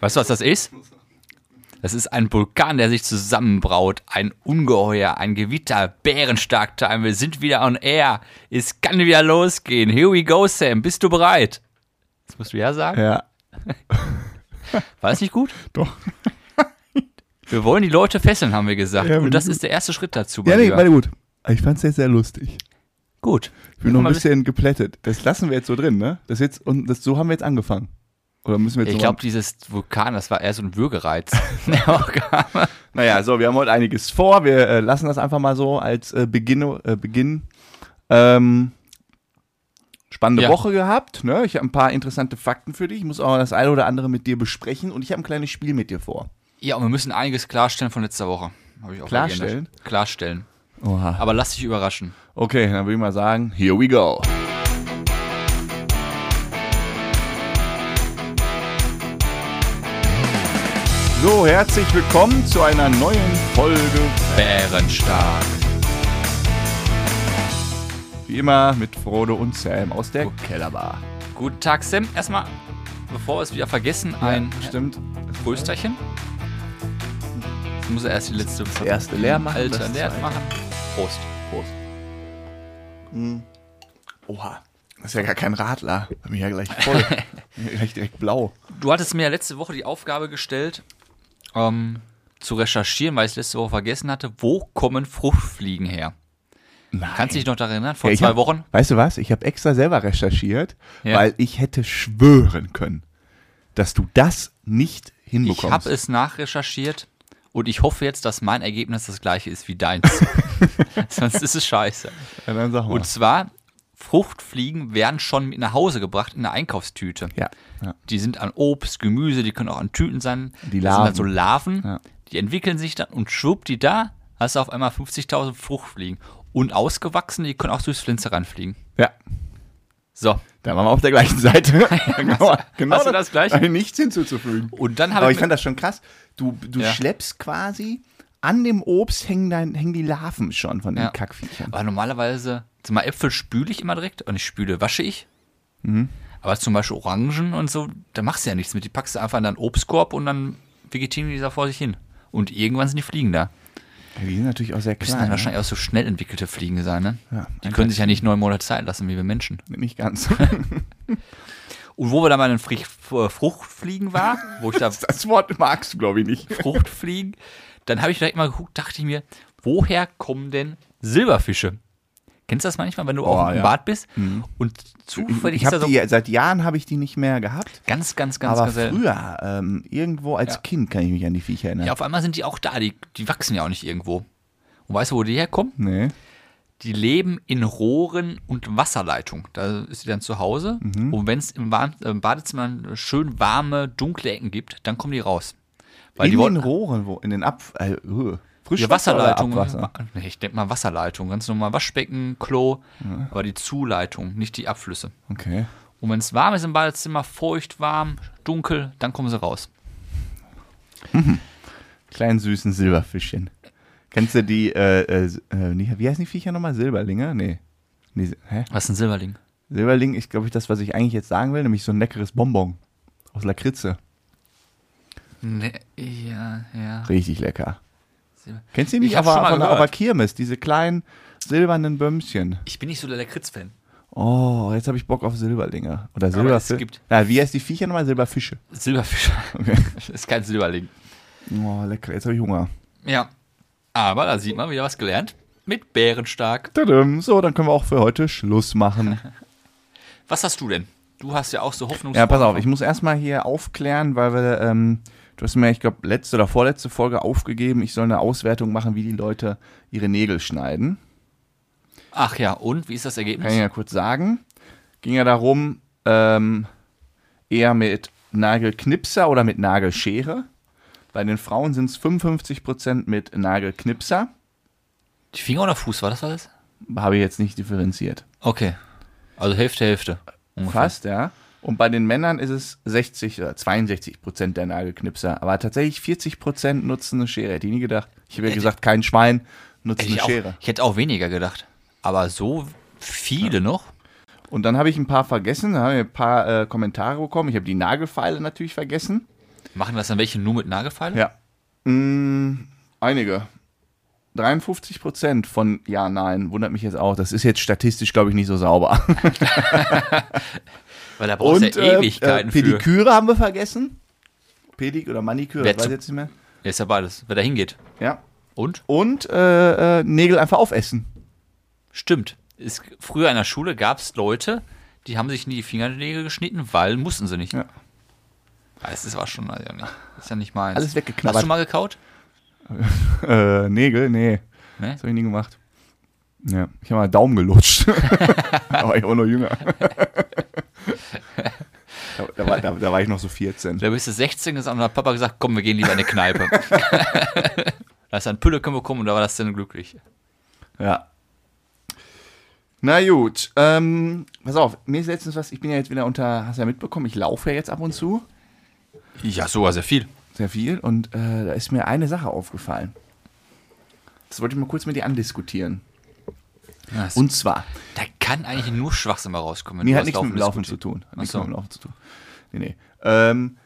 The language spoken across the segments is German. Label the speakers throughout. Speaker 1: Weißt du, was das ist? Das ist ein Vulkan, der sich zusammenbraut. Ein Ungeheuer, ein Gewitter, bärenstark time. Wir sind wieder on air. Es kann wieder losgehen. Here we go, Sam. Bist du bereit? Das musst du ja sagen.
Speaker 2: Ja,
Speaker 1: War das nicht gut?
Speaker 2: doch.
Speaker 1: Wir wollen die Leute fesseln, haben wir gesagt.
Speaker 2: Ja, wenn
Speaker 1: Und das
Speaker 2: du-
Speaker 1: ist der erste Schritt dazu.
Speaker 2: Ja,
Speaker 1: mein
Speaker 2: nee,
Speaker 1: Lieber.
Speaker 2: warte gut. Ich fand's jetzt sehr lustig.
Speaker 1: Gut.
Speaker 2: Ich bin noch
Speaker 1: Mal
Speaker 2: ein
Speaker 1: bis-
Speaker 2: bisschen geplättet. Das lassen wir jetzt so drin, ne? Das jetzt, und das, so haben wir jetzt angefangen. Oder müssen wir jetzt
Speaker 1: Ich
Speaker 2: noch mal-
Speaker 1: glaube, dieses Vulkan, das war eher so ein Würgereiz. Der auch kam.
Speaker 2: Naja, so, wir haben heute einiges vor. Wir äh, lassen das einfach mal so als äh, Beginn. Äh, Beginn. Ähm, spannende
Speaker 1: Ja.
Speaker 2: Woche gehabt. Ne? Ich habe ein paar interessante Fakten für dich. Ich muss auch das eine oder andere mit dir besprechen. Und ich habe ein kleines Spiel mit dir vor.
Speaker 1: ja, und wir müssen einiges klarstellen von letzter Woche. Hab ich auch
Speaker 2: Klarstellen?
Speaker 1: geändert. Klarstellen.
Speaker 2: Oha.
Speaker 1: Aber lass dich überraschen.
Speaker 2: Okay, dann würde ich mal sagen, here we go. So, herzlich willkommen zu einer neuen Folge.
Speaker 1: Bärenstark.
Speaker 2: Wie immer mit Frodo und Sam aus der Kellerbar.
Speaker 1: Guten Tag, Sam. Erstmal, bevor wir es wieder vergessen, ein
Speaker 2: Stimmt.
Speaker 1: Prösterchen. Jetzt muss er erst die letzte
Speaker 2: Das erste leer machen.
Speaker 1: Alter,
Speaker 2: das
Speaker 1: der
Speaker 2: zweite-
Speaker 1: machen. Prost.
Speaker 2: Prost. Oha, das ist ja gar kein Radler. Da bin ich ja gleich voll. Bin ja gleich direkt blau.
Speaker 1: Du hattest mir ja letzte Woche die Aufgabe gestellt, ähm, zu recherchieren, weil ich es letzte Woche vergessen hatte, wo kommen Fruchtfliegen her?
Speaker 2: Nein.
Speaker 1: Kannst du dich noch daran erinnern? Vor
Speaker 2: Ja, ich
Speaker 1: zwei
Speaker 2: hab,
Speaker 1: Wochen?
Speaker 2: Weißt du was? Ich habe extra selber recherchiert,
Speaker 1: Ja.
Speaker 2: weil ich hätte schwören können, dass du das nicht
Speaker 1: Ich
Speaker 2: hinbekommst.
Speaker 1: habe es nachrecherchiert und ich hoffe jetzt, dass mein Ergebnis das gleiche ist wie deins. Sonst ist es scheiße.
Speaker 2: Ja, dann sag mal.
Speaker 1: Und zwar, Fruchtfliegen werden schon mit nach Hause gebracht in einer Einkaufstüte.
Speaker 2: ja. ja.
Speaker 1: Die sind an Obst, Gemüse, die können auch an Tüten sein.
Speaker 2: Die
Speaker 1: Das sind
Speaker 2: Larven.
Speaker 1: dann so Larven,
Speaker 2: Ja.
Speaker 1: die entwickeln sich dann und schwupp, die da, hast du auf einmal 50.000 Fruchtfliegen. Und ausgewachsene, die können auch durchs Pflanzerrand fliegen.
Speaker 2: Ja.
Speaker 1: So,
Speaker 2: Da waren wir auf der gleichen Seite. genau,
Speaker 1: hast du das Gleiche?
Speaker 2: Nein, Nichts hinzuzufügen.
Speaker 1: und dann
Speaker 2: Aber
Speaker 1: habe ich,
Speaker 2: ich
Speaker 1: mir-
Speaker 2: fand das schon krass. Du, du
Speaker 1: Ja.
Speaker 2: schleppst quasi an dem Obst hängen, dein, hängen die Larven schon von den
Speaker 1: Ja.
Speaker 2: Kackviechern.
Speaker 1: Aber normalerweise, zum Beispiel Äpfel spüle ich immer direkt, und ich spüle, wasche ich.
Speaker 2: Mhm.
Speaker 1: Aber zum Beispiel Orangen und so, da machst du ja nichts mit. Die packst du einfach in deinen Obstkorb und dann vegetieren die da vor sich hin. Und irgendwann sind die Fliegen da.
Speaker 2: Ja, die sind natürlich auch sehr
Speaker 1: Das müssen dann
Speaker 2: klein. Ne?
Speaker 1: wahrscheinlich auch so schnell entwickelte Fliegen sein, ne?
Speaker 2: Ja,
Speaker 1: die
Speaker 2: ein
Speaker 1: können sich ja nicht neun Monate Zeit lassen, wie wir Menschen.
Speaker 2: Nicht ganz.
Speaker 1: Und wo wir da mal in Fricht, äh, Fruchtfliegen war, wo ich da
Speaker 2: Das Wort magst du, glaube ich, nicht.
Speaker 1: Fruchtfliegen, dann habe ich direkt mal geguckt, dachte ich mir, woher kommen denn Silberfische? Kennst du das manchmal, wenn du auf dem
Speaker 2: ja. Mhm.
Speaker 1: Bad bist und zufällig
Speaker 2: Ich
Speaker 1: ist da
Speaker 2: habe
Speaker 1: so
Speaker 2: die seit Jahren habe ich die nicht mehr gehabt.
Speaker 1: ganz, ganz, ganz
Speaker 2: Aber
Speaker 1: gesell-
Speaker 2: früher, ne? ähm, irgendwo als Kind kann ich mich an die Viecher erinnern.
Speaker 1: Ja, auf einmal sind die auch da, die, die wachsen ja auch nicht irgendwo. Und weißt du, wo die herkommen?
Speaker 2: Nee.
Speaker 1: Die leben in Rohren und Wasserleitung. Da ist sie dann zu Hause. Und wenn es im, warm- im Badezimmer schön warme, dunkle Ecken gibt, dann kommen die raus. Weil
Speaker 2: in
Speaker 1: die
Speaker 2: den
Speaker 1: wollen
Speaker 2: Rohren, wo, in den Abf äh, uh,
Speaker 1: die
Speaker 2: Frischwasser oder
Speaker 1: Wasserleitung.
Speaker 2: Abwasser.
Speaker 1: Wa- Nee, Ich denke mal Wasserleitung, ganz normal Waschbecken, Klo, aber die Zuleitung, nicht die Abflüsse.
Speaker 2: Okay.
Speaker 1: Und wenn es warm ist im Badezimmer, feucht, warm, dunkel, dann kommen sie raus.
Speaker 2: Kleinen süßen Silberfischchen. Kennst du die, äh, äh, äh, nicht- wie heißen die Viecher nochmal? Silberlinge? Nee. nee si- hä?
Speaker 1: Was ist ein Silberling?
Speaker 2: Silberling ist, glaube ich, das, was ich eigentlich jetzt sagen will, nämlich so ein leckeres Bonbon. Aus Lakritze.
Speaker 1: Nee, ja, ja.
Speaker 2: Richtig lecker.
Speaker 1: Silber-
Speaker 2: Kennst du die nicht?
Speaker 1: Ich hab's
Speaker 2: Aber
Speaker 1: schon mal
Speaker 2: von der, auf der
Speaker 1: gehört.
Speaker 2: Kirmes, diese kleinen silbernen Bömmchen.
Speaker 1: Ich bin nicht so der Lakritz-Fan.
Speaker 2: Oh, jetzt habe ich Bock auf Silberlinge. Oder
Speaker 1: es
Speaker 2: Silberfische.
Speaker 1: gibt-
Speaker 2: Na, wie heißt die Viecher nochmal? Silberfische.
Speaker 1: Silberfischer. Das ist kein Silberling.
Speaker 2: Oh, lecker. Jetzt habe ich Hunger.
Speaker 1: Ja. Aber da sieht man wieder was gelernt. Mit Bärenstark.
Speaker 2: Tadam. So, dann können wir auch für heute Schluss machen.
Speaker 1: Was hast du denn? Du hast ja auch so Hoffnung.
Speaker 2: ja, pass auf. Ich muss erstmal hier aufklären, weil wir, ähm, du hast mir, ich glaube, letzte oder vorletzte Folge aufgegeben, ich soll eine Auswertung machen, wie die Leute ihre Nägel schneiden.
Speaker 1: Ach ja, und wie ist das Ergebnis?
Speaker 2: Kann ich ja kurz sagen. Ging ja darum, ähm, eher mit Nagelknipser oder mit Nagelschere. Bei den Frauen sind es 55% mit Nagelknipser.
Speaker 1: Die Finger oder Fuß, war das alles?
Speaker 2: Habe ich jetzt nicht differenziert.
Speaker 1: Okay. Also Hälfte, Hälfte. Ungefähr.
Speaker 2: Fast, ja. Und bei den Männern ist es 60 oder 62 Prozent der Nagelknipser. Aber tatsächlich 40 Prozent nutzen eine Schere. Hätte ich nie gedacht. Ich habe ja gesagt, kein Schwein nutzt
Speaker 1: Hätte
Speaker 2: eine
Speaker 1: ich, auch,
Speaker 2: Schere.
Speaker 1: ich hätte auch weniger gedacht. Aber so viele noch?
Speaker 2: Und dann habe ich ein paar vergessen, dann haben wir ein paar äh, Kommentare bekommen. Ich habe die Nagelfeile natürlich vergessen.
Speaker 1: Machen das dann welche nur mit Nagelfeilen?
Speaker 2: Ja. Mm, einige. 53 Prozent von Ja, Nein wundert mich jetzt auch. Das ist jetzt statistisch, glaube ich, nicht so sauber.
Speaker 1: Weil da brauchst du ja
Speaker 2: äh,
Speaker 1: Ewigkeiten
Speaker 2: äh,
Speaker 1: für.
Speaker 2: Pediküre haben wir vergessen. Pedik oder Maniküre,
Speaker 1: Wer
Speaker 2: ich weiß
Speaker 1: zu-
Speaker 2: jetzt nicht mehr.
Speaker 1: Ja, ist ja beides. Wer da hingeht.
Speaker 2: Ja.
Speaker 1: Und?
Speaker 2: Und äh, äh, Nägel einfach aufessen.
Speaker 1: Stimmt. Ist, früher in der Schule gab es Leute, die haben sich nie die Fingernägel geschnitten, weil mussten sie nicht.
Speaker 2: Ja.
Speaker 1: Das ist, war schon, also ja nicht, ist ja nicht meins.
Speaker 2: Alles weggeknabbert.
Speaker 1: Hast du mal gekaut?
Speaker 2: Äh, Nägel? Nee.
Speaker 1: Nee?
Speaker 2: Das habe ich nie gemacht. Ja, ich habe mal Daumen gelutscht. da war ich auch noch jünger. da, da, war, da, da war ich noch so 14.
Speaker 1: Da bist du 16 gesagt und hat Papa gesagt, komm, wir gehen lieber in eine Kneipe. da ist dann Pülle, können wir kommen und da war das dann glücklich.
Speaker 2: Ja. Na gut, ähm, pass auf, mir ist letztens was, ich bin ja jetzt wieder unter, hast du ja mitbekommen, ich laufe ja jetzt ab und zu
Speaker 1: Ja, sogar sehr viel.
Speaker 2: sehr viel und äh, da ist mir eine Sache aufgefallen. Das wollte ich mal kurz mit dir andiskutieren.
Speaker 1: und
Speaker 2: Und zwar,
Speaker 1: da kann eigentlich nur Schwachsinn mal rauskommen. wenn
Speaker 2: Nee,
Speaker 1: du was
Speaker 2: hat nichts mit dem Laufen zu
Speaker 1: diskutierst.
Speaker 2: tun. Hat
Speaker 1: Ach
Speaker 2: nichts
Speaker 1: so.
Speaker 2: mit dem Laufen zu tun. Nee, nee. Ähm,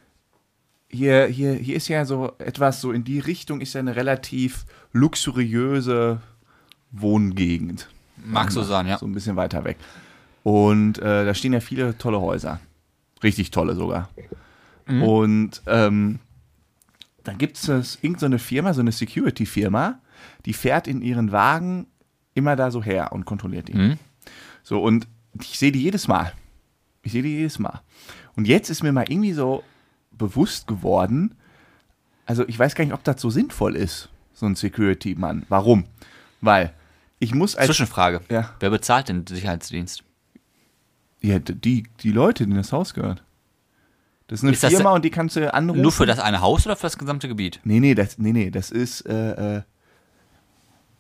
Speaker 2: hier, hier, hier ist ja so etwas, so in die Richtung ist ja eine relativ luxuriöse Wohngegend.
Speaker 1: Mag so sein, ja.
Speaker 2: So ein bisschen weiter weg. Und äh, da stehen ja viele tolle Häuser. Richtig tolle sogar.
Speaker 1: Mhm.
Speaker 2: Und ähm, dann gibt es irgendeine Firma, so eine Security-Firma, die fährt in ihren Wagen immer da so her und kontrolliert die.
Speaker 1: Mhm.
Speaker 2: So, und ich sehe die jedes Mal. Ich sehe die jedes Mal. Und jetzt ist mir mal irgendwie so bewusst geworden, also ich weiß gar nicht, ob das so sinnvoll ist, so ein Security-Mann. Warum? Weil ich muss als.
Speaker 1: Zwischenfrage.
Speaker 2: Ja.
Speaker 1: Wer bezahlt den Sicherheitsdienst?
Speaker 2: Ja, d- die, die Leute, denen das Haus gehört. Das ist eine
Speaker 1: Ist das-
Speaker 2: Firma und die kannst du anrufen.
Speaker 1: Nur für das eine Haus oder für das gesamte Gebiet?
Speaker 2: Nee, nee, das, nee, nee, das ist. Äh, äh,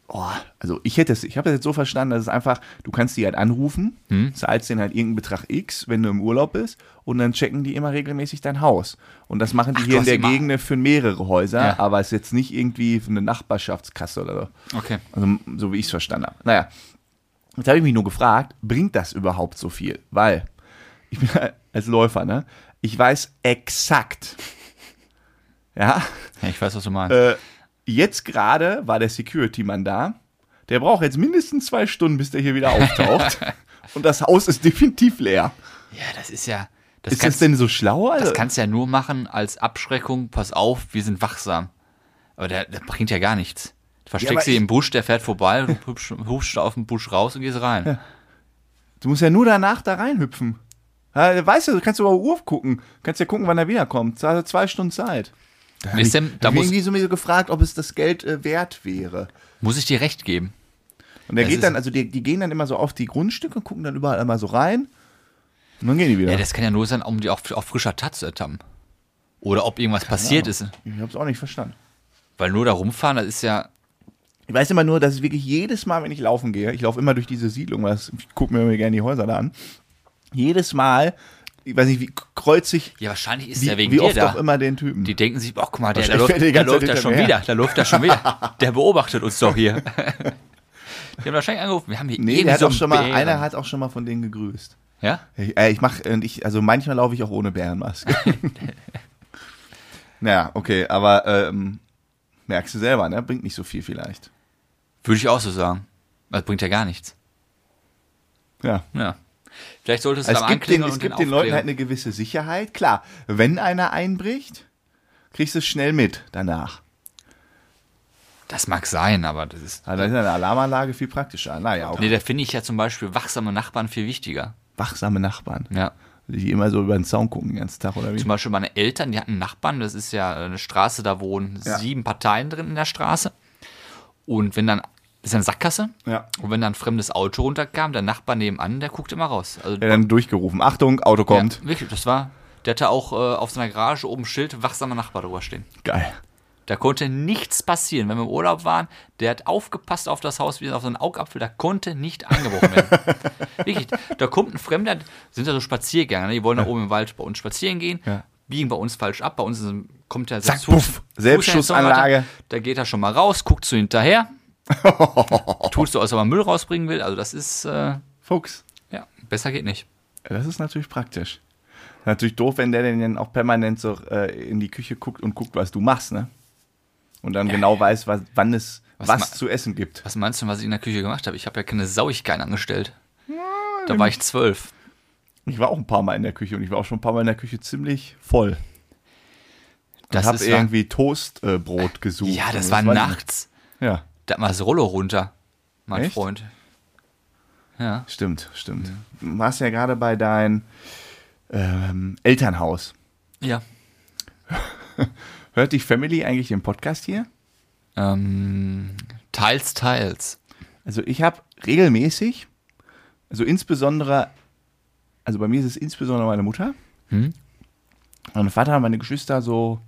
Speaker 2: oh, also ich hätte es, ich habe das jetzt so verstanden, dass es einfach, du kannst die halt anrufen,
Speaker 1: Hm.
Speaker 2: zahlst denen halt irgendeinen Betrag X, wenn du im Urlaub bist, und dann checken die immer regelmäßig dein Haus. Und das machen die
Speaker 1: Ach, du
Speaker 2: hier in
Speaker 1: hast
Speaker 2: der
Speaker 1: immer-
Speaker 2: Gegend für mehrere Häuser,
Speaker 1: Ja.
Speaker 2: aber es ist jetzt nicht irgendwie eine Nachbarschaftskasse oder so.
Speaker 1: Okay.
Speaker 2: Also, so wie ich es verstanden habe. Naja, jetzt habe ich mich nur gefragt, bringt das überhaupt so viel? Weil, ich bin halt als Läufer, ne? Ich weiß exakt, ja,
Speaker 1: Ja, ich weiß, was du meinst.
Speaker 2: äh, jetzt gerade war der Security-Mann da. Der braucht jetzt mindestens zwei Stunden, bis der hier wieder auftaucht. Und das Haus ist definitiv leer.
Speaker 1: ja, das ist ja. Das
Speaker 2: Ist das
Speaker 1: kannst,
Speaker 2: denn so schlau? Also,
Speaker 1: das kannst du ja nur machen als Abschreckung. Pass auf, wir sind wachsam. Aber der, der bringt ja gar nichts. Du
Speaker 2: aber
Speaker 1: versteckst sie
Speaker 2: ich-
Speaker 1: im Busch, der fährt vorbei, du hupsch- hupschst auf den Busch raus und gehst rein.
Speaker 2: du musst ja nur danach da reinhüpfen. Ja, weißt du, du kannst über die Uhr gucken. Kannst ja gucken, wann er wiederkommt. Da hast du zwei Stunden Zeit.
Speaker 1: Ist denn, da
Speaker 2: ich
Speaker 1: muss,
Speaker 2: irgendwie so mir so gefragt, ob es das Geld äh, wert wäre.
Speaker 1: muss ich dir recht geben.
Speaker 2: Und der
Speaker 1: Das
Speaker 2: geht
Speaker 1: ist-
Speaker 2: dann, also die, die gehen dann immer so auf die Grundstücke, gucken dann überall immer so rein. Und dann gehen die wieder.
Speaker 1: Ja. das kann ja nur sein, um die auch auf frischer Tat zu ertappen. Oder ob irgendwas passiert ist.
Speaker 2: ich hab's auch nicht verstanden.
Speaker 1: Weil nur da rumfahren, das ist ja.
Speaker 2: Ich weiß immer nur, dass es wirklich jedes Mal, wenn ich laufen gehe, ich laufe immer durch diese Siedlung, weil das- ich gucke mir immer gerne die Häuser da an. Jedes Mal, ich weiß nicht, wie kreuze ich
Speaker 1: Ja, wahrscheinlich ist
Speaker 2: wie,
Speaker 1: der wegen
Speaker 2: wie
Speaker 1: dir
Speaker 2: oft
Speaker 1: da.
Speaker 2: auch immer den Typen.
Speaker 1: Die denken sich, oh, guck mal, der, der
Speaker 2: Wahrscheinlich
Speaker 1: läuft,
Speaker 2: fährt der die
Speaker 1: der
Speaker 2: ganze
Speaker 1: läuft da
Speaker 2: Zeit
Speaker 1: schon
Speaker 2: hinterher.
Speaker 1: wieder, der läuft da schon wieder. Der beobachtet uns doch hier. Die haben wahrscheinlich angerufen, wir haben hier
Speaker 2: nee,
Speaker 1: irgendwie
Speaker 2: der hat
Speaker 1: so
Speaker 2: auch schon mal,
Speaker 1: einen um Bären.
Speaker 2: einer hat auch schon mal von denen gegrüßt.
Speaker 1: ja?
Speaker 2: Ich, äh, ich mache, ich, also manchmal laufe ich auch ohne Bärenmaske. naja, okay, aber ähm, merkst du selber, ne? Bringt nicht so viel vielleicht.
Speaker 1: Würde ich auch so sagen. Das bringt ja gar nichts.
Speaker 2: Ja.
Speaker 1: Ja. Vielleicht solltest du
Speaker 2: Also
Speaker 1: am
Speaker 2: es gibt, den,
Speaker 1: Anklingeln
Speaker 2: es
Speaker 1: und
Speaker 2: gibt
Speaker 1: den,
Speaker 2: den Leuten halt
Speaker 1: aufklären.
Speaker 2: eine gewisse Sicherheit. Klar, wenn einer einbricht, kriegst du es schnell mit danach.
Speaker 1: Das mag sein, aber das ist.
Speaker 2: Also dann ist eine Alarmanlage viel praktischer. Naja, auch
Speaker 1: Nee, da finde ich ja zum Beispiel wachsame Nachbarn viel wichtiger.
Speaker 2: wachsame Nachbarn,
Speaker 1: Ja.
Speaker 2: die immer so über den Zaun gucken den ganzen Tag oder wie.
Speaker 1: Zum Beispiel meine Eltern, die hatten einen Nachbarn, das ist ja eine Straße, da wohnen
Speaker 2: Ja.
Speaker 1: sieben Parteien drin in der Straße. Und wenn dann, ist ja eine Sackgasse.
Speaker 2: Ja.
Speaker 1: Und wenn dann ein fremdes Auto runterkam, der Nachbar nebenan, der guckte immer raus. Also,
Speaker 2: Ja, dann durchgerufen. Achtung, Auto kommt.
Speaker 1: Ja, wirklich, das war, der hatte auch äh, auf seiner Garage oben ein Schild, wachsamer Nachbar drüber stehen.
Speaker 2: Geil.
Speaker 1: Da konnte nichts passieren. Wenn wir im Urlaub waren, der hat aufgepasst auf das Haus wie auf so einen Augapfel, da konnte nicht eingebrochen werden. Wirklich, da kommt ein Fremder, sind da so Spaziergänger, ne? die wollen da oben im Wald bei uns spazieren gehen,
Speaker 2: Ja.
Speaker 1: biegen bei uns falsch ab, bei uns ist ein- kommt der
Speaker 2: Zack,
Speaker 1: Fuß-
Speaker 2: puff,
Speaker 1: Fuß-
Speaker 2: Selbstschussanlage.
Speaker 1: Da geht er schon mal raus, guckt zu hinterher, tust du, als ob er Müll rausbringen will, also das ist, äh,
Speaker 2: Fuchs.
Speaker 1: Ja, besser geht nicht.
Speaker 2: Ja, Das ist natürlich praktisch. Natürlich doof, wenn der denn dann auch permanent so äh, in die Küche guckt und guckt, was du machst, ne? Und dann genau weiß, was, wann es was,
Speaker 1: Was ma-
Speaker 2: zu essen gibt.
Speaker 1: Was meinst du, was ich in der Küche gemacht habe? Ich habe ja keine Sauigkeit angestellt. Da war ich zwölf.
Speaker 2: Ich war auch ein paar Mal in der Küche und ich war auch schon ein paar Mal in der Küche ziemlich voll. Ich
Speaker 1: Das
Speaker 2: habe
Speaker 1: ist ja,
Speaker 2: irgendwie Toastbrot äh, Brot gesucht.
Speaker 1: ja, das
Speaker 2: Und
Speaker 1: war
Speaker 2: weiß ich
Speaker 1: nachts.
Speaker 2: nicht. Ja,
Speaker 1: Da hat mal das Rollo runter, mein
Speaker 2: Echt?
Speaker 1: Freund. Ja.
Speaker 2: stimmt, stimmt. Du warst ja gerade bei deinem ähm, Elternhaus.
Speaker 1: Ja.
Speaker 2: Hört dich Family eigentlich den Podcast hier?
Speaker 1: Ähm, teils, teils.
Speaker 2: Also ich habe regelmäßig, also insbesondere, also bei mir ist es insbesondere meine Mutter.
Speaker 1: Hm?
Speaker 2: Mein Vater und meine Geschwister so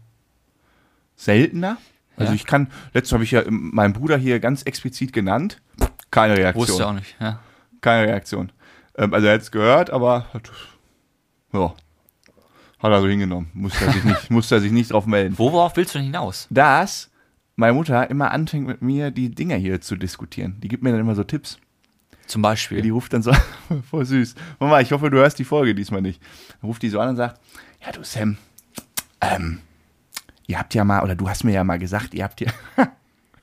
Speaker 2: seltener. Also
Speaker 1: Ja.
Speaker 2: ich kann, letztens habe ich ja im- meinen Bruder hier ganz explizit genannt. Keine
Speaker 1: Wusste
Speaker 2: Reaktion.
Speaker 1: auch nicht. Ja.
Speaker 2: Keine Reaktion. Ähm, also er hat es gehört, aber hat, ja, hat er so hingenommen. Musste er sich nicht, musste er sich nicht drauf melden.
Speaker 1: Worauf willst du denn hinaus?
Speaker 2: dass meine Mutter immer anfängt mit mir die Dinger hier zu diskutieren. Die gibt mir dann immer so Tipps.
Speaker 1: Zum Beispiel.
Speaker 2: Die ruft dann so, voll süß. Mama, ich hoffe, du hörst die Folge diesmal nicht. Dann ruft die so an und sagt, ja du Sam, ähm, ihr habt ja mal, oder du hast mir ja mal gesagt, ihr habt ja,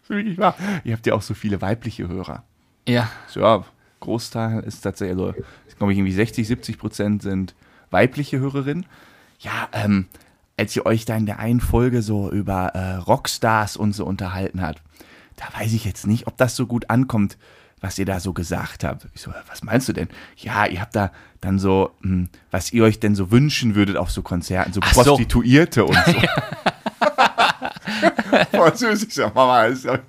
Speaker 2: wirklich wahr, ihr habt ja auch so viele weibliche Hörer.
Speaker 1: Ja.
Speaker 2: Ich So, ja, Großteil ist tatsächlich, also glaube ich irgendwie 60, 70 Prozent sind weibliche Hörerinnen. Ja, ähm, als ihr euch da in der einen Folge so über äh, Rockstars und so unterhalten habt, da weiß ich jetzt nicht, ob das so gut ankommt, was ihr da so gesagt habt. Ich so, was meinst du denn? Ja, ihr habt da dann so, hm, was ihr euch denn so wünschen würdet auf so Konzerten, so
Speaker 1: Ach so.
Speaker 2: Prostituierte und so. Voll süß, ich sag, Mama, das ist ja-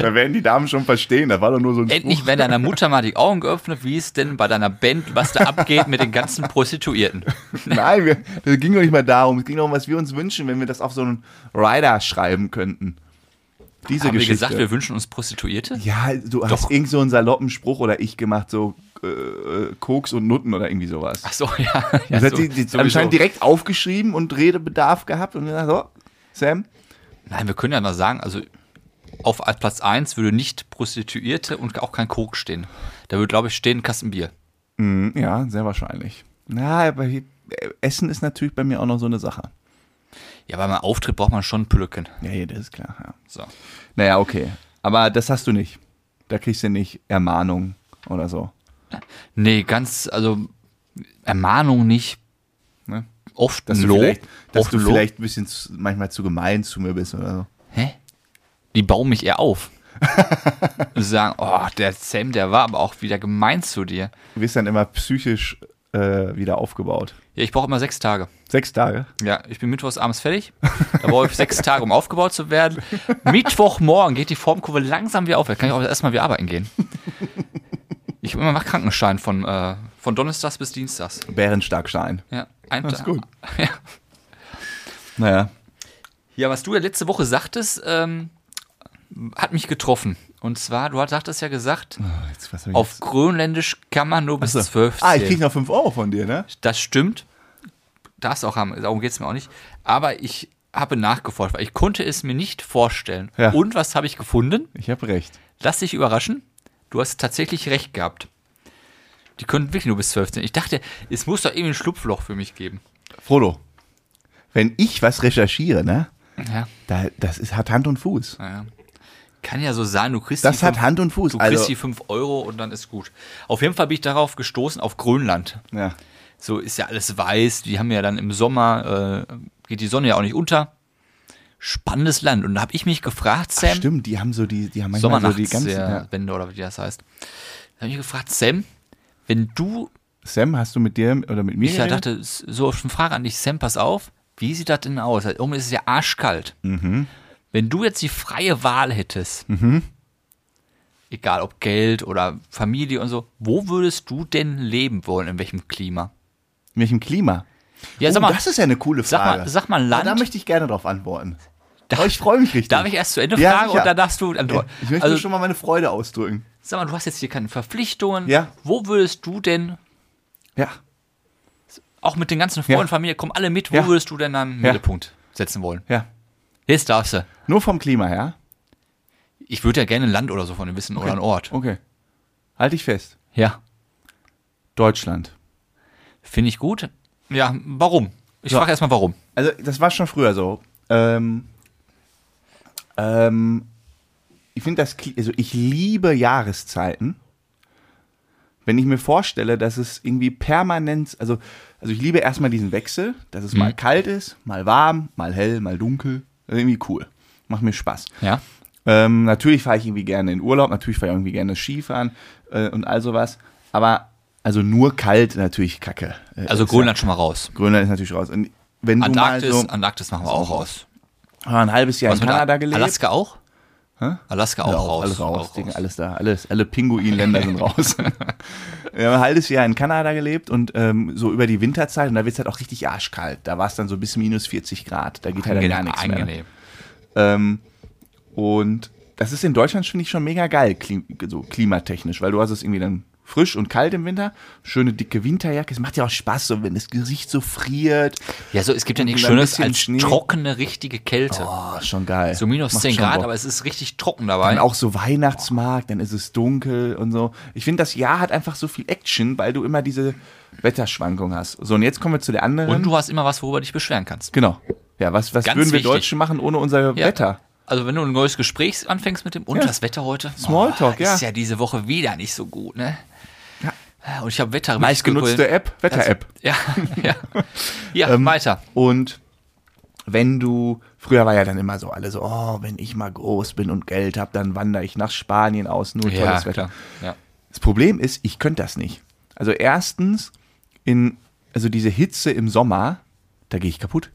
Speaker 2: da werden die Damen schon verstehen, da war doch nur so ein
Speaker 1: Endlich werden deiner Mutter mal die Augen geöffnet, wie es denn bei deiner Band, was da abgeht mit den ganzen Prostituierten.
Speaker 2: Nein, wir, das ging doch nicht mal darum. Es ging darum, was wir uns wünschen, wenn wir das auf so einen Rider schreiben könnten. Diese
Speaker 1: Haben wir
Speaker 2: Geschichte.
Speaker 1: gesagt, wir wünschen uns Prostituierte?
Speaker 2: ja, du hast irgend so einen saloppen Spruch oder ich gemacht, so äh, äh, Koks und Nutten oder irgendwie sowas.
Speaker 1: Ach so, ja. ja
Speaker 2: das hat
Speaker 1: so,
Speaker 2: die, die
Speaker 1: sowieso.
Speaker 2: anscheinend direkt aufgeschrieben und Redebedarf gehabt und gesagt, so, Sam,
Speaker 1: Nein, wir können ja mal sagen, also auf Platz 1 würde nicht Prostituierte und auch kein Kok stehen. Da würde, glaube ich, stehen Kassenbier.
Speaker 2: hm, ja, sehr wahrscheinlich. Na, aber hier- äh, Essen ist natürlich bei mir auch noch so eine Sache.
Speaker 1: Ja, bei meinem Auftritt braucht man schon Plücken.
Speaker 2: Ja, ja, das ist klar. Ja.
Speaker 1: So.
Speaker 2: Naja, okay. Aber das hast du nicht. Da kriegst du nicht Ermahnung oder so.
Speaker 1: Nee, ganz, also Ermahnung nicht.
Speaker 2: Ne?
Speaker 1: Oft
Speaker 2: Dass
Speaker 1: ein
Speaker 2: du,
Speaker 1: Lob.
Speaker 2: vielleicht, dass
Speaker 1: oft
Speaker 2: du
Speaker 1: ein Lob.
Speaker 2: vielleicht ein bisschen zu, manchmal zu gemein zu mir bist oder so.
Speaker 1: Hä? Die bauen mich eher auf. Und sagen, oh, der Sam, der war aber auch wieder gemein zu dir.
Speaker 2: Du wirst dann immer psychisch äh, wieder aufgebaut.
Speaker 1: Ja, ich brauche immer sechs Tage.
Speaker 2: Sechs Tage.
Speaker 1: Ja, ich bin mittwochs abends fertig. Da brauche ich sechs Tage, um aufgebaut zu werden. Mittwochmorgen geht die Formkurve langsam wieder auf. Da kann ich auch erstmal wieder arbeiten gehen. Ich hab immer mache Krankenschein von, äh, von Donnerstags bis Dienstags.
Speaker 2: Bärenstarkstein.
Speaker 1: Ja, ein
Speaker 2: Das ist gut.
Speaker 1: Ja.
Speaker 2: Naja.
Speaker 1: ja, was du ja letzte Woche sagtest, ähm, hat mich getroffen. Und zwar, du hattest ja gesagt,
Speaker 2: Oh, jetzt, was hab ich
Speaker 1: auf Grönländisch kann man nur bis
Speaker 2: jetzt?
Speaker 1: zwölf
Speaker 2: Ah, ich
Speaker 1: zählen.
Speaker 2: krieg noch fünf Euro von dir, ne?
Speaker 1: Das stimmt. Darfst auch haben, darum geht es mir auch nicht. Aber ich habe nachgeforscht, weil ich konnte es mir nicht vorstellen.
Speaker 2: Ja.
Speaker 1: Und was habe ich gefunden?
Speaker 2: Ich hab recht.
Speaker 1: Lass dich überraschen. Du hast tatsächlich recht gehabt. Die können wirklich nur bis 12 sein. Ich dachte, es muss doch irgendwie ein Schlupfloch für mich geben.
Speaker 2: Frodo, wenn ich was recherchiere, ne?
Speaker 1: Ja,
Speaker 2: Da, das ist, hat Hand und Fuß.
Speaker 1: naja. Kann ja so sein, du kriegst,
Speaker 2: Das
Speaker 1: die,
Speaker 2: hat
Speaker 1: fünf,
Speaker 2: Hand und Fuß.
Speaker 1: du kriegst
Speaker 2: Also,
Speaker 1: die 5 Euro und dann ist gut. Auf jeden Fall bin ich darauf gestoßen, auf Grönland.
Speaker 2: ja.
Speaker 1: So ist ja alles weiß. Die haben ja dann im Sommer, äh, geht die Sonne ja auch nicht unter. Spannendes Land. Und da habe ich mich gefragt, Sam,
Speaker 2: Stimmt, die haben so die, die haben manchmal so die ganzen. Ja.
Speaker 1: Sommernachtswende oder wie das heißt. Da habe ich mich gefragt, Sam, wenn du,
Speaker 2: Sam, hast du mit dir oder mit mir?
Speaker 1: ich ja
Speaker 2: geredet?
Speaker 1: dachte, s- so auf eine Frage an dich, Sam, pass auf, wie sieht das denn aus? Also, Irgendwie ist es ja arschkalt.
Speaker 2: Mhm.
Speaker 1: Wenn du jetzt die freie Wahl hättest, egal ob Geld oder Familie und so, wo würdest du denn leben wollen, in welchem Klima?
Speaker 2: mit welchem Klima?
Speaker 1: Ja,
Speaker 2: oh,
Speaker 1: sag mal,
Speaker 2: das ist ja eine coole
Speaker 1: sag mal-
Speaker 2: Frage. Ah,
Speaker 1: sag mal ein Land.
Speaker 2: Da möchte ich gerne drauf antworten.
Speaker 1: Darf-
Speaker 2: oh, ich freue mich richtig.
Speaker 1: Darf ich erst zu Ende
Speaker 2: Ja,
Speaker 1: fragen
Speaker 2: sicher.
Speaker 1: und dann darfst du
Speaker 2: Ja,
Speaker 1: antworten?
Speaker 2: Ich möchte
Speaker 1: also,
Speaker 2: schon mal meine Freude ausdrücken.
Speaker 1: sag mal, du hast jetzt hier keine Verpflichtungen.
Speaker 2: Ja.
Speaker 1: Wo würdest du denn,
Speaker 2: Ja.
Speaker 1: auch mit den ganzen Freunden,
Speaker 2: Ja.
Speaker 1: Familie, kommen alle mit, wo
Speaker 2: Ja.
Speaker 1: würdest du denn dann einen
Speaker 2: Ja.
Speaker 1: Mittelpunkt setzen wollen?
Speaker 2: Ja.
Speaker 1: Jetzt darfst du.
Speaker 2: Nur vom Klima her?
Speaker 1: Ich würde ja gerne ein Land oder so von dem wissen oder einen Ort.
Speaker 2: Okay. Halte ich fest.
Speaker 1: Ja.
Speaker 2: Halt Deutschland.
Speaker 1: Finde ich gut. Ja, warum? Ich frage erstmal warum.
Speaker 2: Also, das war schon früher so. Ähm, ähm, ich finde das, kli- also ich liebe Jahreszeiten. Wenn ich mir vorstelle, dass es irgendwie permanent, also, also ich liebe erstmal diesen Wechsel, dass
Speaker 1: Mhm.
Speaker 2: es mal kalt ist, mal warm, mal hell, mal dunkel. Das ist irgendwie cool. Macht mir Spaß.
Speaker 1: Ja.
Speaker 2: Ähm, natürlich fahre ich irgendwie gerne in Urlaub, natürlich fahre ich irgendwie gerne Skifahren äh, und all sowas. Aber also nur kalt natürlich kacke. Äh,
Speaker 1: Also
Speaker 2: ist
Speaker 1: Grönland schon mal raus.
Speaker 2: Ja, Grönland ist natürlich raus. Und wenn du
Speaker 1: Antarktis,
Speaker 2: mal so
Speaker 1: Antarktis machen wir auch raus.
Speaker 2: ah, ein halbes Jahr in Kanada gelebt.
Speaker 1: Alaska auch?
Speaker 2: Hä?
Speaker 1: Alaska auch,
Speaker 2: Ja,
Speaker 1: raus.
Speaker 2: Alles raus,
Speaker 1: Auch
Speaker 2: Dinge,
Speaker 1: raus.
Speaker 2: alles da, alles, alle Pinguinländer sind raus. Wir haben ein halbes Jahr in Kanada gelebt und ähm, so über die Winterzeit und da wird es halt auch richtig arschkalt. Da war es dann so bis minus 40 Grad. Da geht halt
Speaker 1: Angenehm,
Speaker 2: dann gar nichts mehr.
Speaker 1: Genau, angenehm.
Speaker 2: Ähm, und das ist in Deutschland, finde ich, schon mega geil, klim so klimatechnisch, weil du hast es irgendwie dann frisch und kalt im Winter, schöne dicke Winterjacke. Es macht ja auch Spaß, so wenn das Gesicht so friert.
Speaker 1: Ja, so, es gibt ja nichts
Speaker 2: Und ein
Speaker 1: Schönes
Speaker 2: bisschen
Speaker 1: als
Speaker 2: Schnee.
Speaker 1: trockene, richtige Kälte.
Speaker 2: Oh, schon geil.
Speaker 1: so minus
Speaker 2: Macht
Speaker 1: 10
Speaker 2: schon
Speaker 1: Grad,
Speaker 2: Bock.
Speaker 1: aber es ist richtig trocken
Speaker 2: Dann
Speaker 1: dabei.
Speaker 2: auch so Weihnachtsmarkt, dann ist es dunkel und so. Ich finde, das Jahr hat einfach so viel Action, weil du immer diese Wetterschwankung hast. So, und jetzt kommen wir zu der anderen.
Speaker 1: Und du hast immer was, worüber du dich beschweren kannst.
Speaker 2: genau. Ja, was, was
Speaker 1: Ganz
Speaker 2: würden wir
Speaker 1: wichtig.
Speaker 2: Deutschen machen ohne unser
Speaker 1: Ja.
Speaker 2: Wetter?
Speaker 1: Also wenn du ein neues Gespräch anfängst mit dem und
Speaker 2: Ja.
Speaker 1: das Wetter heute,
Speaker 2: Smalltalk,
Speaker 1: oh, ist
Speaker 2: ja.
Speaker 1: ja diese Woche wieder nicht so gut, ne? Ja. Und ich habe Wetter
Speaker 2: Meistgenutzte App, Wetter-App. Ähm,
Speaker 1: Ja, ja. Ja, Also, weiter.
Speaker 2: Und wenn du, früher war ja dann immer so alle so, oh, wenn ich mal groß bin und Geld habe, dann wandere ich nach Spanien aus, nur tolles Wetter.
Speaker 1: klar. Ja.
Speaker 2: Das Problem ist, ich könnte das nicht. Also erstens, in, also diese Hitze im Sommer, da gehe ich kaputt.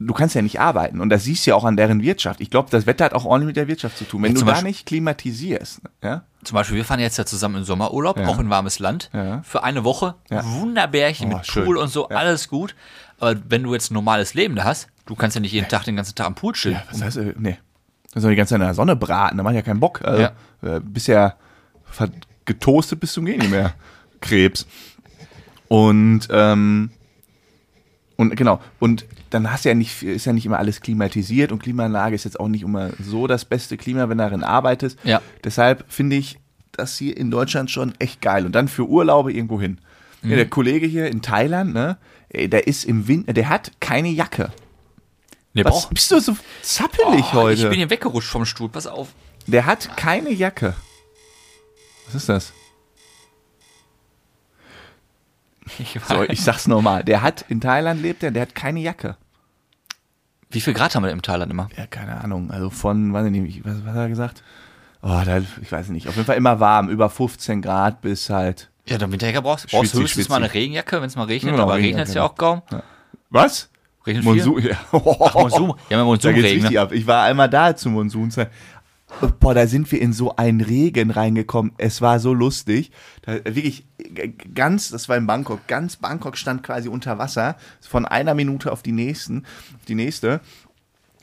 Speaker 2: Du kannst ja nicht arbeiten und das siehst du ja auch an deren Wirtschaft. Ich glaube, das Wetter hat auch ordentlich mit der Wirtschaft zu tun. Wenn
Speaker 1: Ja,
Speaker 2: du
Speaker 1: zum
Speaker 2: da
Speaker 1: Beispiel-
Speaker 2: nicht klimatisierst, ja,
Speaker 1: Zum Beispiel, wir fahren jetzt ja zusammen in Sommerurlaub,
Speaker 2: Ja.
Speaker 1: auch in warmes Land,
Speaker 2: Ja.
Speaker 1: für eine Woche.
Speaker 2: Ja.
Speaker 1: Wunderbärchen
Speaker 2: Oh,
Speaker 1: mit
Speaker 2: schön.
Speaker 1: Pool und so, alles gut. Aber wenn du jetzt ein normales Leben da hast, du kannst ja nicht jeden Tag den ganzen Tag am Pool chillen.
Speaker 2: Ja, was heißt, äh, nee. Dann soll die ganze Zeit in der Sonne braten, da macht ja keinen Bock. Also,
Speaker 1: Ja.
Speaker 2: äh, bist ja ver- getoastet bis zum Gehen nicht mehr. Krebs. Und, ähm, und genau, und dann hast du ja nicht, viel- ist ja nicht immer alles klimatisiert und Klimaanlage ist jetzt auch nicht immer so das beste Klima, wenn du darin arbeitest.
Speaker 1: Ja.
Speaker 2: Deshalb finde ich das hier in Deutschland schon echt geil. Und dann für Urlaube irgendwo hin. Ja,
Speaker 1: Mhm.
Speaker 2: der Kollege hier in Thailand, ne, ey, der ist im Winter, der hat keine Jacke.
Speaker 1: Nee,
Speaker 2: Was
Speaker 1: brauch-
Speaker 2: bist du so zappelig
Speaker 1: Oh,
Speaker 2: heute?
Speaker 1: Ich bin hier weggerutscht vom Stuhl, pass auf.
Speaker 2: Der hat keine Jacke. Was ist das?
Speaker 1: Ich
Speaker 2: So, ich sag's nochmal. Der hat, in Thailand lebt er, der hat keine Jacke.
Speaker 1: Wie viel Grad haben wir im Thailand immer?
Speaker 2: Ja, keine Ahnung. Also von, weiß ich nicht, was, was hat er gesagt? Oh, da, ich weiß nicht. Auf jeden Fall immer warm, über 15 Grad bis halt.
Speaker 1: Ja, dann Winterjacke brauchst du brauchst
Speaker 2: Schwitzi,
Speaker 1: höchstens mal eine
Speaker 2: schwitzi.
Speaker 1: Regenjacke, wenn es mal regnet,
Speaker 2: Genau,
Speaker 1: aber regnet es ja auch kaum.
Speaker 2: Was?
Speaker 1: Regnet viel.
Speaker 2: Monsun, ja. Ach,
Speaker 1: Monsun. Ja, mit Monsun
Speaker 2: da geht's
Speaker 1: Regen,
Speaker 2: richtig ab. Ich war einmal da zu Monsunzeit. Boah, da sind wir in so einen Regen reingekommen. Es war so lustig. Da, wirklich g- ganz, das war in Bangkok, ganz Bangkok stand quasi unter Wasser, von einer Minute auf die nächsten, auf die nächste.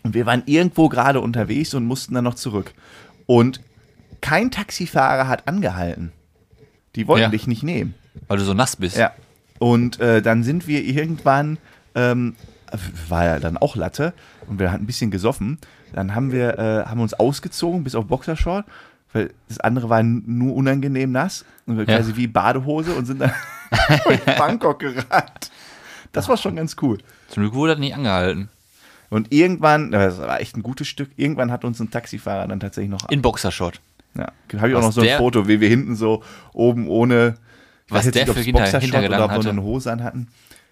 Speaker 2: Und wir waren irgendwo gerade unterwegs und mussten dann noch zurück. Und kein Taxifahrer hat angehalten. Die wollten
Speaker 1: Ja.
Speaker 2: dich nicht nehmen.
Speaker 1: Weil du so nass bist.
Speaker 2: Ja. Und äh, dann sind wir irgendwann, ähm, war ja dann auch Latte und wir hatten ein bisschen gesoffen. Dann haben wir äh, haben uns ausgezogen bis auf Boxershort, weil das andere war n- nur unangenehm nass und wir
Speaker 1: Ja.
Speaker 2: quasi wie Badehose und sind dann durch Bangkok gerannt. Das war schon ganz cool.
Speaker 1: Zum Glück wurde das nicht angehalten.
Speaker 2: Und irgendwann, das war echt ein gutes Stück, irgendwann hat uns ein Taxifahrer dann tatsächlich noch.
Speaker 1: In Boxershot.
Speaker 2: Ja, habe ich auch
Speaker 1: Was
Speaker 2: noch so ein
Speaker 1: der-
Speaker 2: Foto, wie wir hinten so oben ohne. ich
Speaker 1: Was
Speaker 2: weiß jetzt
Speaker 1: der
Speaker 2: nicht, ob's
Speaker 1: für Hinter-
Speaker 2: Boxershort
Speaker 1: Hintergedanken
Speaker 2: oder ob
Speaker 1: hatte.
Speaker 2: wir eine Hose an hatten.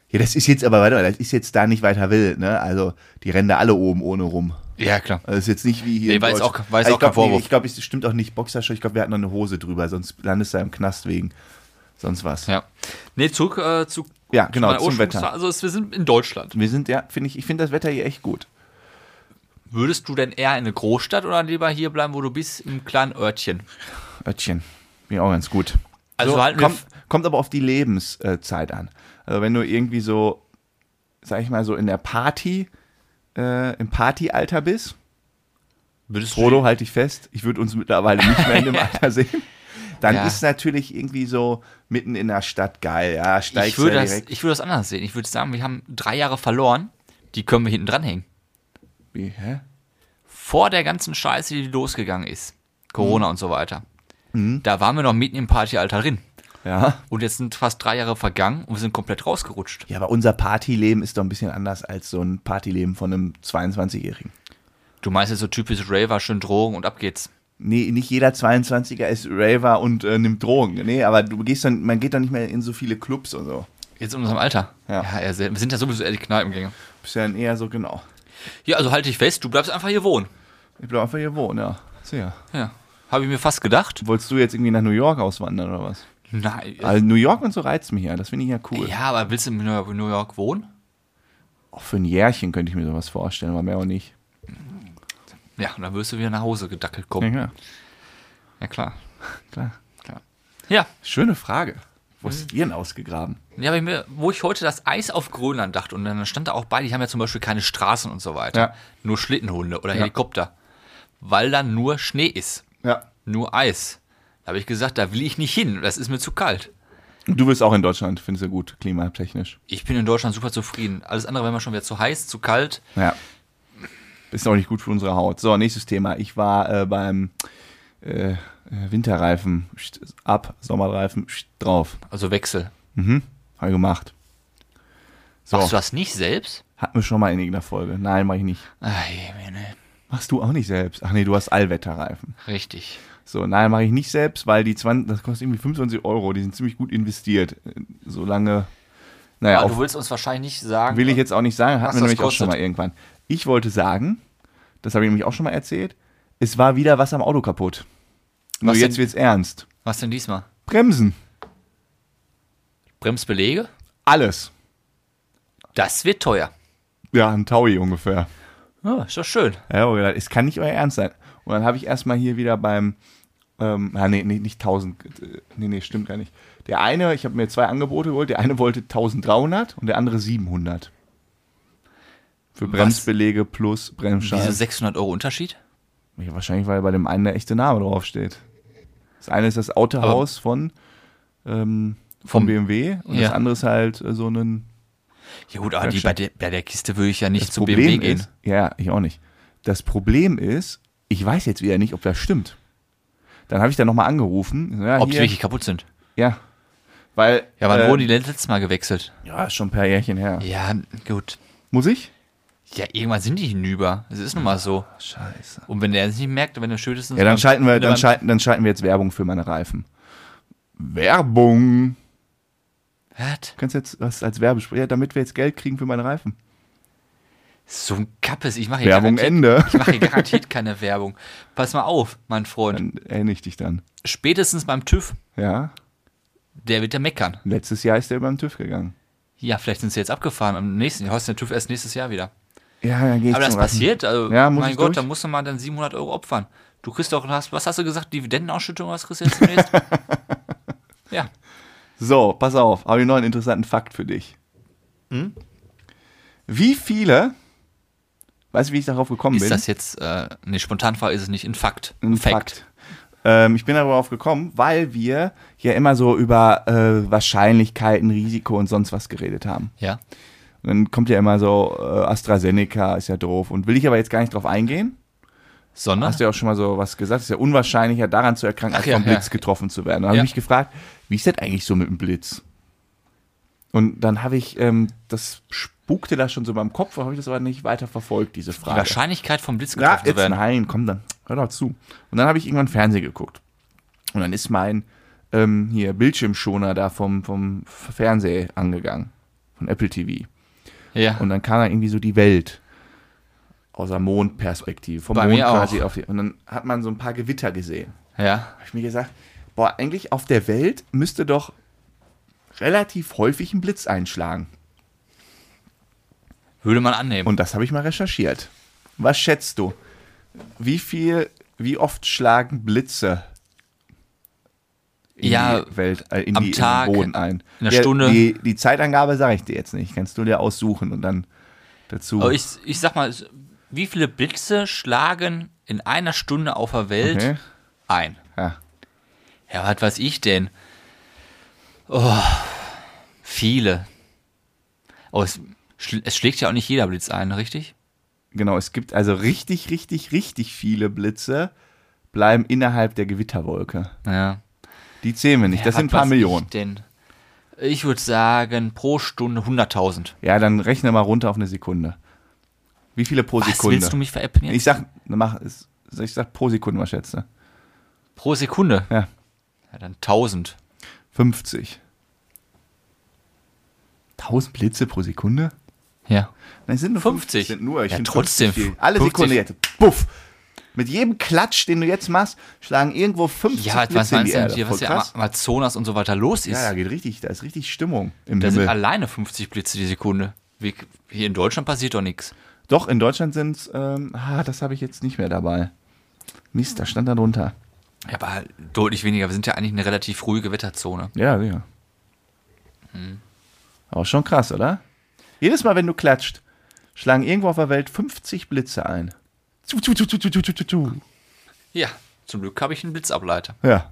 Speaker 2: Ja, das ist jetzt aber weiter, das ist jetzt da nicht weiter wild, ne? Also, die rennen da alle oben ohne rum.
Speaker 1: Ja, klar.
Speaker 2: Also, ist jetzt nicht wie hier.
Speaker 1: Nee,
Speaker 2: in
Speaker 1: war jetzt auch-
Speaker 2: Deutschland.
Speaker 1: war jetzt
Speaker 2: Also,
Speaker 1: auch kein
Speaker 2: ich glaub, nee,
Speaker 1: Vorwurf.
Speaker 2: Ich glaube, es stimmt auch nicht Boxershort. Ich glaube, wir hatten noch eine Hose drüber, sonst landest du ja im Knast wegen sonst was.
Speaker 1: Ja. Nee, zurück äh, zu.
Speaker 2: Ja,
Speaker 1: zu
Speaker 2: genau,
Speaker 1: meiner
Speaker 2: zum
Speaker 1: Ursprungsfrage.
Speaker 2: Wetter.
Speaker 1: Also, es- wir sind in Deutschland.
Speaker 2: Wir sind ja, finde ich, ich finde das Wetter hier echt gut.
Speaker 1: Würdest du denn eher in eine Großstadt oder lieber hier bleiben, wo du bist, im kleinen Örtchen?
Speaker 2: Ötchen. Bin auch ganz gut.
Speaker 1: Also
Speaker 2: so,
Speaker 1: halten wir
Speaker 2: kommt, kommt aber auf die Lebenszeit an. Also wenn du irgendwie so, sag ich mal, so in der Party, äh, im Partyalter bist,
Speaker 1: Würdest du,
Speaker 2: Frodo, halte ich fest, ich würde uns mittlerweile nicht mehr in dem Alter sehen, dann
Speaker 1: Ja.
Speaker 2: ist natürlich irgendwie so mitten in der Stadt geil. Ja, steigst
Speaker 1: ich, würde
Speaker 2: ja
Speaker 1: das,
Speaker 2: direkt.
Speaker 1: ich würde das anders sehen. Ich würde sagen, wir haben drei Jahre verloren, die können wir hinten dranhängen.
Speaker 2: Wie, hä?
Speaker 1: Vor der ganzen
Speaker 2: Mhm.
Speaker 1: Scheiße, die losgegangen ist, Corona und so weiter, da waren wir noch mitten im Partyalter drin.
Speaker 2: Ja.
Speaker 1: Und jetzt sind fast drei Jahre vergangen und wir sind komplett rausgerutscht.
Speaker 2: Ja, aber unser Partyleben ist doch ein bisschen anders als so ein Partyleben von einem 22-Jährigen.
Speaker 1: Du meinst jetzt so typisch Raver, schön Drogen und ab geht's.
Speaker 2: Nee, nicht jeder 22er ist Raver und äh, nimmt Drogen. Nee, aber du gehst dann, man geht doch nicht mehr in so viele Clubs und so.
Speaker 1: Jetzt in unserem Alter.
Speaker 2: Ja.
Speaker 1: ja er- wir sind ja sowieso eher die Kneipengänge.
Speaker 2: Bist ja dann eher so, genau.
Speaker 1: Ja, also halte ich fest, du bleibst einfach hier wohnen.
Speaker 2: Ich bleib einfach hier wohnen, ja. Sehr.
Speaker 1: Ja. Habe ich mir fast gedacht.
Speaker 2: Wolltest du jetzt irgendwie nach New York auswandern oder was?
Speaker 1: Nein.
Speaker 2: Also New York und so reizt mich ja, das finde ich ja cool.
Speaker 1: äh, Ja, aber willst du in New New York wohnen?
Speaker 2: Auch für ein Jährchen könnte ich mir sowas vorstellen, aber mehr auch nicht.
Speaker 1: Ja, und dann wirst du wieder nach Hause gedackelt kommen.
Speaker 2: Ja, klar.
Speaker 1: Ja, klar.
Speaker 2: klar.
Speaker 1: Ja,
Speaker 2: Schöne Frage. Wo ist ihr denn ausgegraben?
Speaker 1: ja aber ich mir, wo ich heute das Eis auf Grönland dachte und dann stand da auch bei, die haben ja zum Beispiel keine Straßen und so weiter.
Speaker 2: Ja.
Speaker 1: Nur Schlittenhunde oder Helikopter. Weil da nur Schnee ist.
Speaker 2: Ja.
Speaker 1: Nur Eis. Da habe ich gesagt, da will ich nicht hin. Das ist mir zu kalt.
Speaker 2: Und du bist auch in Deutschland, findest du gut, klimatechnisch.
Speaker 1: Ich bin in Deutschland super zufrieden. Alles andere wäre mir schon wieder zu heiß, zu kalt.
Speaker 2: Ja. Ist auch nicht gut für unsere Haut. So, nächstes Thema. Ich war äh, beim äh, äh, Winterreifen pst, ab, Sommerreifen pst, drauf.
Speaker 1: Also Wechsel.
Speaker 2: Habe ich gemacht. So,
Speaker 1: Machst du das nicht selbst?
Speaker 2: hatten wir schon mal in irgendeiner Folge. Nein, mache ich nicht.
Speaker 1: Ay, meine.
Speaker 2: Machst du auch nicht selbst? Ach nee, du hast Allwetterreifen.
Speaker 1: Richtig.
Speaker 2: So, nein, mache ich nicht selbst, weil die 20, das kostet irgendwie 25 Euro. Die sind ziemlich gut investiert. Äh, Solange, naja,
Speaker 1: Aber
Speaker 2: auf
Speaker 1: Ah, du willst uns wahrscheinlich nicht sagen.
Speaker 2: Will ich jetzt auch nicht sagen,
Speaker 1: Was
Speaker 2: hatten wir
Speaker 1: das
Speaker 2: nämlich auch schon mal
Speaker 1: kostet.
Speaker 2: irgendwann. Ich wollte sagen, das habe ich nämlich auch schon mal erzählt, es war wieder was am Auto kaputt. Nur
Speaker 1: Was
Speaker 2: jetzt
Speaker 1: denn?
Speaker 2: wird's ernst.
Speaker 1: Was denn diesmal?
Speaker 2: Bremsen.
Speaker 1: Bremsbelege?
Speaker 2: Alles.
Speaker 1: Das wird teuer.
Speaker 2: Ja, ein Taui ungefähr.
Speaker 1: Ja, ist doch schön.
Speaker 2: Ja, und gedacht, es kann nicht euer Ernst sein. Und dann habe ich erstmal hier wieder beim, ähm, ah, nee, nee, nicht 1000, äh, nee, nee, stimmt gar nicht. Der eine, ich habe mir zwei Angebote geholt, der eine wollte 1300 und der andere 700. Für Bremsbelege plus
Speaker 1: Diese
Speaker 2: Bremsscheiben.
Speaker 1: 600 Euro Unterschied?
Speaker 2: Ja, wahrscheinlich, weil bei dem einen der echte Name draufsteht. Das eine ist das Autohaus von, ähm,
Speaker 1: Vom-
Speaker 2: vom BMW und
Speaker 1: Ja.
Speaker 2: das andere ist halt äh, so ein
Speaker 1: Ja gut, aber die,
Speaker 2: schon.
Speaker 1: bei, der, bei der Kiste würde ich ja nicht
Speaker 2: das
Speaker 1: zum
Speaker 2: Problem
Speaker 1: BMW gehen.
Speaker 2: ist. Ja, ich auch nicht. Das Problem ist, ich weiß jetzt wieder nicht, ob das stimmt. Dann habe ich da nochmal angerufen. Ja,
Speaker 1: Ob die
Speaker 2: hier,
Speaker 1: wirklich kaputt sind.
Speaker 2: ja. Weil.
Speaker 1: Ja, wann
Speaker 2: äh,
Speaker 1: wurden die denn letztes Mal gewechselt?
Speaker 2: Ja, ist schon ein paar Jährchen her.
Speaker 1: Ja, gut.
Speaker 2: Muss ich?
Speaker 1: Ja, irgendwann sind die hinüber. Es ist nun mal so.
Speaker 2: Scheiße.
Speaker 1: Und wenn der es nicht merkt, wenn der spätestens...
Speaker 2: Ja, dann schalten wir, dann
Speaker 1: beim-
Speaker 2: schalten, dann schalten wir jetzt Werbung für meine Reifen. Werbung.
Speaker 1: Was?
Speaker 2: Du kannst jetzt was als Werbesprecher, ja, damit wir jetzt Geld kriegen für meine Reifen.
Speaker 1: So ein Kappes. Ich mache hier
Speaker 2: Werbung
Speaker 1: garantiert-
Speaker 2: Ende.
Speaker 1: Ich mache hier garantiert keine Werbung. Pass mal auf, mein Freund.
Speaker 2: Dann erinnere ich dich dann.
Speaker 1: Spätestens beim TÜV,
Speaker 2: Ja.
Speaker 1: der wird ja meckern.
Speaker 2: Letztes Jahr ist der beim TÜV gegangen.
Speaker 1: Ja, vielleicht sind sie jetzt abgefahren. Am nächsten Jahr hast du den TÜV erst nächstes Jahr wieder.
Speaker 2: Ja, dann gehe ich
Speaker 1: Aber das
Speaker 2: zum Raffen.
Speaker 1: passiert. Also,
Speaker 2: Ja, muss
Speaker 1: mein
Speaker 2: ich
Speaker 1: Gott,
Speaker 2: durch?
Speaker 1: da musst du mal dann 700 Euro opfern. Du kriegst doch, hast, was hast du gesagt? Dividendenausschüttung, was kriegst du jetzt zunächst? ja.
Speaker 2: So, pass auf, habe ich noch einen interessanten Fakt für dich.
Speaker 1: Hm?
Speaker 2: Wie viele, weißt du, wie ich darauf gekommen
Speaker 1: Ist
Speaker 2: bin?
Speaker 1: das jetzt, äh, nee, Spontanfall ist es nicht. In Fakt.
Speaker 2: ein Fakt. Ähm, ich bin darauf gekommen, weil wir ja immer so über äh, Wahrscheinlichkeiten, Risiko und sonst was geredet haben.
Speaker 1: Ja.
Speaker 2: Und dann kommt ja immer so, äh, AstraZeneca ist ja doof und will ich aber jetzt gar nicht drauf eingehen.
Speaker 1: Sondern?
Speaker 2: Hast du ja auch schon mal so was gesagt, es ist ja unwahrscheinlicher, daran zu erkranken, als
Speaker 1: Ach ja,
Speaker 2: vom Blitz
Speaker 1: ja.
Speaker 2: getroffen zu werden. Und habe
Speaker 1: Ja.
Speaker 2: mich gefragt, wie ist das eigentlich so mit dem Blitz? Und dann habe ich, ähm, das spukte da schon so beim Kopf, habe ich das aber nicht weiter verfolgt, diese
Speaker 1: die
Speaker 2: Frage.
Speaker 1: Wahrscheinlichkeit vom Blitz
Speaker 2: ja,
Speaker 1: getroffen zu
Speaker 2: jetzt
Speaker 1: werden.
Speaker 2: nein, komm dann, hör doch zu. Und dann habe ich irgendwann Fernsehen geguckt. Und dann ist mein ähm, hier Bildschirmschoner da vom, vom Fernseher angegangen, von Apple TV.
Speaker 1: Ja.
Speaker 2: Und dann kam dann irgendwie so die Welt aus der Mondperspektive, vom
Speaker 1: Bei
Speaker 2: Mond
Speaker 1: mir auch.
Speaker 2: quasi auf die. Und dann hat man so ein paar Gewitter gesehen.
Speaker 1: ja.
Speaker 2: Habe ich mir gesagt, boah, eigentlich auf der Welt müsste doch relativ häufig ein Blitz einschlagen.
Speaker 1: Würde man annehmen.
Speaker 2: Und das habe ich mal recherchiert. Was schätzt du? Wie viel, wie oft schlagen Blitze in
Speaker 1: Ja,
Speaker 2: die Welt, äh, in
Speaker 1: am
Speaker 2: die in den
Speaker 1: Tag,
Speaker 2: Boden ein?
Speaker 1: in der
Speaker 2: Ja,
Speaker 1: Stunde.
Speaker 2: Die, die Zeitangabe sage ich dir jetzt nicht. Kannst du dir aussuchen und dann dazu.
Speaker 1: Aber Oh, ich, ich sag mal, wie viele Blitze schlagen in einer Stunde auf der Welt
Speaker 2: Okay.
Speaker 1: ein?
Speaker 2: ja.
Speaker 1: Ja, was weiß ich denn? Oh, viele. Oh, es, schl- es schlägt ja auch nicht jeder Blitz ein, richtig?
Speaker 2: Genau, es gibt also richtig, richtig, richtig viele Blitze, bleiben innerhalb der Gewitterwolke.
Speaker 1: Ja.
Speaker 2: Die zählen wir nicht. Das
Speaker 1: Ja,
Speaker 2: sind ein paar
Speaker 1: was
Speaker 2: Millionen.
Speaker 1: Ich, denn? ich würde sagen, pro Stunde 100.000.
Speaker 2: Ja, dann rechne mal runter auf eine Sekunde. Wie viele pro
Speaker 1: Was
Speaker 2: Sekunde?
Speaker 1: willst du mich veräppeln jetzt?
Speaker 2: ich sag, mach, es- ich sag pro Sekunde mal schätze.
Speaker 1: pro Sekunde?
Speaker 2: Ja.
Speaker 1: Ja, dann 1000.
Speaker 2: 50. 1000 Blitze pro Sekunde?
Speaker 1: Ja.
Speaker 2: Nein, es sind nur
Speaker 1: 50.
Speaker 2: Sind nur, ich
Speaker 1: Ja,
Speaker 2: find
Speaker 1: trotzdem
Speaker 2: 50 viel. Alle
Speaker 1: 50.
Speaker 2: Sekunde jetzt. Buff. Mit jedem Klatsch, den du jetzt machst, schlagen irgendwo 50
Speaker 1: Ja, was
Speaker 2: Blitze in
Speaker 1: meinst
Speaker 2: die
Speaker 1: du denn
Speaker 2: Erde.
Speaker 1: hier,
Speaker 2: Voll
Speaker 1: was ja am
Speaker 2: krass.
Speaker 1: Amazonas und so weiter los ist?
Speaker 2: Ja, da geht richtig, da ist richtig Stimmung im
Speaker 1: da sind
Speaker 2: Himmel.
Speaker 1: alleine 50 Blitze die Sekunde. Wie, hier in Deutschland passiert doch nichts.
Speaker 2: Doch, in Deutschland sind es, ähm, ah, das habe ich jetzt nicht mehr dabei. Mist, da stand da drunter.
Speaker 1: Ja, aber halt deutlich weniger. Wir sind ja eigentlich eine relativ ruhige Wetterzone.
Speaker 2: Ja, sicher. Hm. Aber schon krass, oder? Jedes Mal, wenn du klatscht, schlagen irgendwo auf der Welt 50 Blitze ein. Zu, zu, zu, zu, zu, zu, zu, zu, zu.
Speaker 1: Ja, zum Glück habe ich einen Blitzableiter.
Speaker 2: Ja.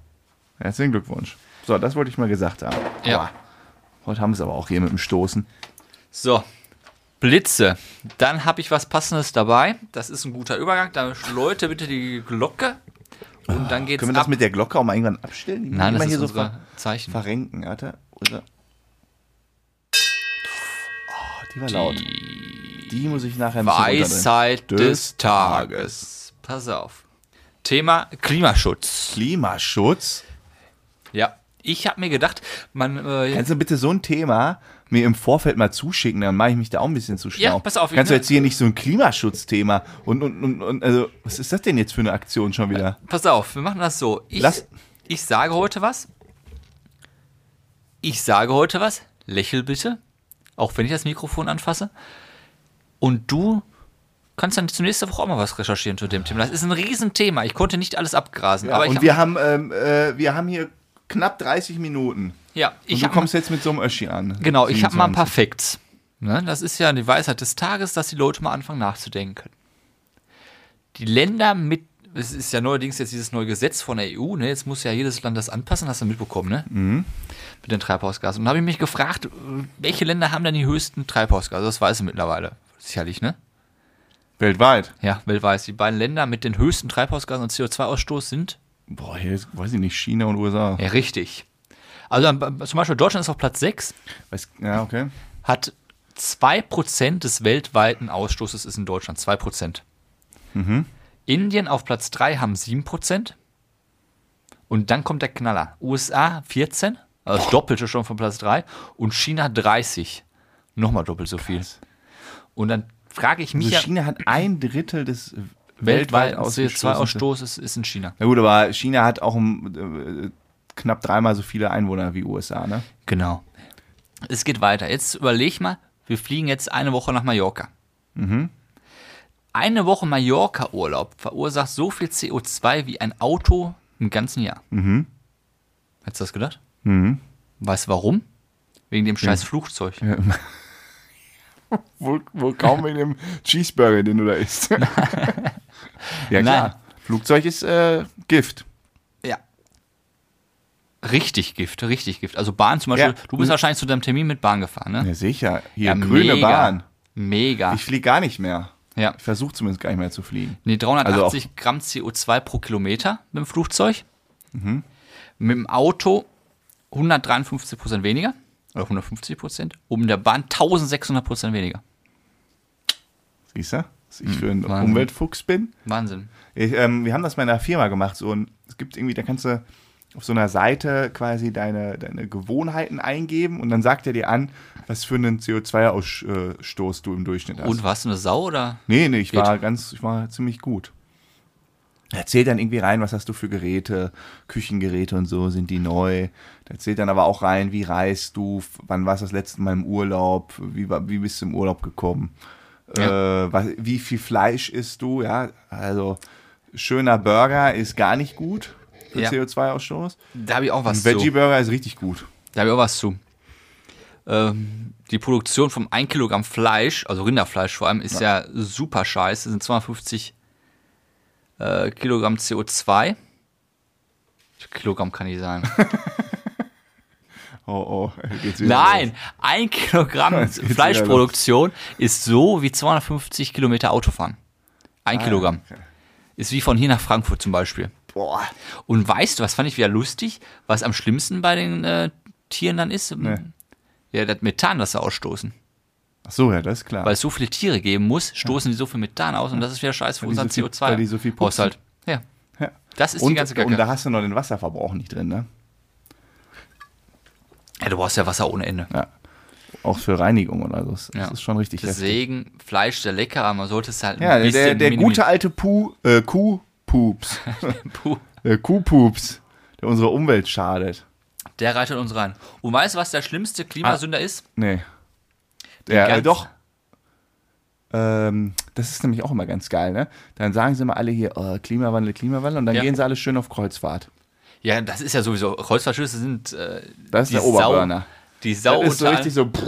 Speaker 2: Herzlichen Glückwunsch. So, das wollte ich mal gesagt haben.
Speaker 1: Ja.
Speaker 2: Aua. Heute haben wir es aber auch hier mit dem Stoßen.
Speaker 1: So, Blitze. Dann habe ich was Passendes dabei. Das ist ein guter Übergang. Dann läute bitte die Glocke. Und dann geht's
Speaker 2: Können wir
Speaker 1: ab.
Speaker 2: das mit der Glocke auch mal irgendwann abstellen? Die
Speaker 1: Nein,
Speaker 2: immer
Speaker 1: das ist
Speaker 2: hier so
Speaker 1: unsere
Speaker 2: ver
Speaker 1: Zeichen.
Speaker 2: verrenken, Alter. Oder? Oh, die war laut. Die, muss ich nachher ein bisschen runterdrehen.
Speaker 1: Weisheit
Speaker 2: Des
Speaker 1: des Tages. Pass auf. Thema Klimaschutz.
Speaker 2: Klimaschutz?
Speaker 1: Ja, ich habe mir gedacht, man. Äh,
Speaker 2: Kannst du bitte so ein Thema mir im Vorfeld mal zuschicken, dann mache ich mich da auch ein bisschen zu schlau.
Speaker 1: Ja, pass auf, ich-
Speaker 2: Kannst du jetzt hier nicht so ein Klimaschutzthema und, und, und, und also, was ist das denn jetzt für eine Aktion schon wieder?
Speaker 1: pass auf, wir machen das so. Ich,
Speaker 2: Lass-
Speaker 1: ich sage heute was. Ich sage heute was. Lächel bitte. Auch wenn ich das Mikrofon anfasse. Und du kannst dann zur nächsten Woche auch mal was recherchieren zu dem Thema. Das ist ein Riesenthema. Ich konnte nicht alles abgrasen. aber ich
Speaker 2: und
Speaker 1: hab-
Speaker 2: wir haben, ähm, äh, wir haben hier knapp 30 Minuten.
Speaker 1: ja,
Speaker 2: Und
Speaker 1: ich
Speaker 2: du
Speaker 1: hab-
Speaker 2: kommst jetzt mit so einem Öschi an.
Speaker 1: Genau, ich habe mal ein paar
Speaker 2: 27.
Speaker 1: Facts. Ne? Das ist ja die Weisheit des Tages, dass die Leute mal anfangen nachzudenken. Die Länder mit, es ist ja neuerdings jetzt dieses neue Gesetz von der EU, ne? jetzt muss ja jedes Land das anpassen, hast du mitbekommen, ne? Mit den Treibhausgasen. Und da habe ich mich gefragt, äh, welche Länder haben denn die höchsten Treibhausgase? Das weiß ich mittlerweile. Sicherlich, ne?
Speaker 2: Weltweit.
Speaker 1: Ja, weltweit. Die beiden Länder mit den höchsten Treibhausgasen und CO2-Ausstoß sind
Speaker 2: Boah, hier ist, weiß ich nicht, China und USA.
Speaker 1: ja richtig. Also am- zum Beispiel Deutschland ist auf Platz 6,
Speaker 2: Weiß, ja, okay.
Speaker 1: hat 2% des weltweiten Ausstoßes ist in Deutschland. 2%.
Speaker 2: Mhm.
Speaker 1: Indien auf Platz 3 haben 7%. Und dann kommt der Knaller. USA 14, also das Doppelte schon von Platz 3. Und China 30. Nochmal doppelt so viel. Und dann frage ich mich
Speaker 2: Also
Speaker 1: ja,
Speaker 2: China hat ein Drittel des äh, weltweit
Speaker 1: weltweit
Speaker 2: ausgestoßen.
Speaker 1: CO2-Ausstoß ist in China.
Speaker 2: Na gut, aber China hat auch ähm, äh, knapp dreimal so viele Einwohner wie USA, ne?
Speaker 1: Genau. Es geht weiter. Jetzt überleg mal, wir fliegen jetzt eine Woche nach Mallorca.
Speaker 2: Mhm.
Speaker 1: Eine Woche Mallorca-Urlaub verursacht so viel CO2 wie ein Auto im ganzen Jahr.
Speaker 2: Mhm.
Speaker 1: Hättest du das gedacht? Weißt du warum? Wegen dem scheiß Flugzeug.
Speaker 2: Wohl, wohl kaum wegen dem Cheeseburger, den du da isst. ja, klar.
Speaker 1: Nein.
Speaker 2: Flugzeug ist äh, Gift.
Speaker 1: Ja. Richtig Gift, richtig Gift. Also Bahn zum Beispiel,
Speaker 2: Ja.
Speaker 1: du bist wahrscheinlich zu deinem Termin mit Bahn gefahren, ne?
Speaker 2: Ja, sicher. Hier,
Speaker 1: Ja,
Speaker 2: grüne
Speaker 1: mega.
Speaker 2: Bahn.
Speaker 1: Mega.
Speaker 2: Ich fliege gar nicht mehr.
Speaker 1: ja.
Speaker 2: Ich versuche zumindest gar nicht mehr zu fliegen.
Speaker 1: Nee, 380
Speaker 2: Also
Speaker 1: Gramm CO2 pro Kilometer mit dem Flugzeug.
Speaker 2: Mhm.
Speaker 1: Mit dem Auto 153 Prozent weniger. Oder 150 Prozent. Und mit der Bahn 1600 Prozent weniger.
Speaker 2: Siehst du, was ich für ein
Speaker 1: Wahnsinn.
Speaker 2: Umweltfuchs bin?
Speaker 1: Wahnsinn.
Speaker 2: Ich, ähm, wir haben das mal in einer Firma gemacht. So ein, es gibt irgendwie, da kannst du auf so einer Seite quasi deine, deine Gewohnheiten eingeben und dann sagt er dir an, was für einen CO2-Ausstoß du im Durchschnitt hast.
Speaker 1: Und warst du eine Sau oder?
Speaker 2: Nee, nee, ich
Speaker 1: Geht.
Speaker 2: war ganz, ich war ziemlich gut. Erzählt dann irgendwie rein, was hast du für Geräte, Küchengeräte und so, sind die neu. Erzählt dann aber auch rein, wie reist du, f- wann warst du das letzte Mal im Urlaub, wie, war- wie bist du im Urlaub gekommen, äh, was, wie viel Fleisch isst du, ja, also schöner Burger ist gar nicht gut für
Speaker 1: Ja.
Speaker 2: CO2-Ausstoß.
Speaker 1: Da habe ich auch was
Speaker 2: Ein Veggie
Speaker 1: zu.
Speaker 2: Burger ist richtig gut.
Speaker 1: Da habe ich auch was zu. Ähm, die Produktion von 1 Kilogramm Fleisch, also Rinderfleisch vor allem, ist ja, super scheiße. Das sind 250 äh, Kilogramm CO2. Kilogramm kann nicht sein.
Speaker 2: Oh, oh, geht's wieder
Speaker 1: Nein, ein Kilogramm
Speaker 2: Jetzt geht's
Speaker 1: Fleischproduktion ist so wie
Speaker 2: Ah,
Speaker 1: 250 Kilometer Autofahren. Ein Kilogramm. Ist wie von hier nach Frankfurt zum Beispiel.
Speaker 2: Boah.
Speaker 1: Und weißt du, was fand ich wieder lustig, was am schlimmsten bei den äh, Tieren dann ist? Ja, das Methan, das sie ausstoßen.
Speaker 2: Ach so, ja, das ist klar.
Speaker 1: Weil es so viele Tiere geben muss, stoßen die so viel Methan aus und das ist wieder scheiße für
Speaker 2: Weil die
Speaker 1: unseren
Speaker 2: so viel- weil die so viel pupsen.
Speaker 1: CO2-Haushalt. Ja.
Speaker 2: ja.
Speaker 1: Das ist
Speaker 2: und,
Speaker 1: die ganze Kacke.
Speaker 2: Und da hast du noch den Wasserverbrauch nicht drin, ne?
Speaker 1: ja, du brauchst ja Wasser ohne Ende.
Speaker 2: Ja. Auch für Reinigung oder so. Das
Speaker 1: Ja.
Speaker 2: ist schon richtig heftig.
Speaker 1: Deswegen, Fleisch ist ja leckerer, man sollte es halt
Speaker 2: Ja,
Speaker 1: ein bisschen
Speaker 2: der, der
Speaker 1: minimi-
Speaker 2: gute alte Puh, äh, Kuhpups.
Speaker 1: Puh,
Speaker 2: der Kuhpups, der unserer Umwelt schadet.
Speaker 1: der reitet uns rein. Und weißt du, was der schlimmste Klimasünder
Speaker 2: Ah.
Speaker 1: ist?
Speaker 2: Nee. Der, äh,
Speaker 1: ganze-
Speaker 2: doch. Ähm, das ist nämlich auch immer ganz geil, ne? Dann sagen sie immer alle hier, äh, Klimawandel, Klimawandel, und dann
Speaker 1: Ja.
Speaker 2: gehen sie alle schön auf Kreuzfahrt.
Speaker 1: Ja, das ist ja sowieso, Kreuzfahrtschüsse sind äh,
Speaker 2: Das ist
Speaker 1: die
Speaker 2: der
Speaker 1: Sau,
Speaker 2: Oberburner.
Speaker 1: die Sau
Speaker 2: das ist so
Speaker 1: unter,
Speaker 2: richtig so, pff,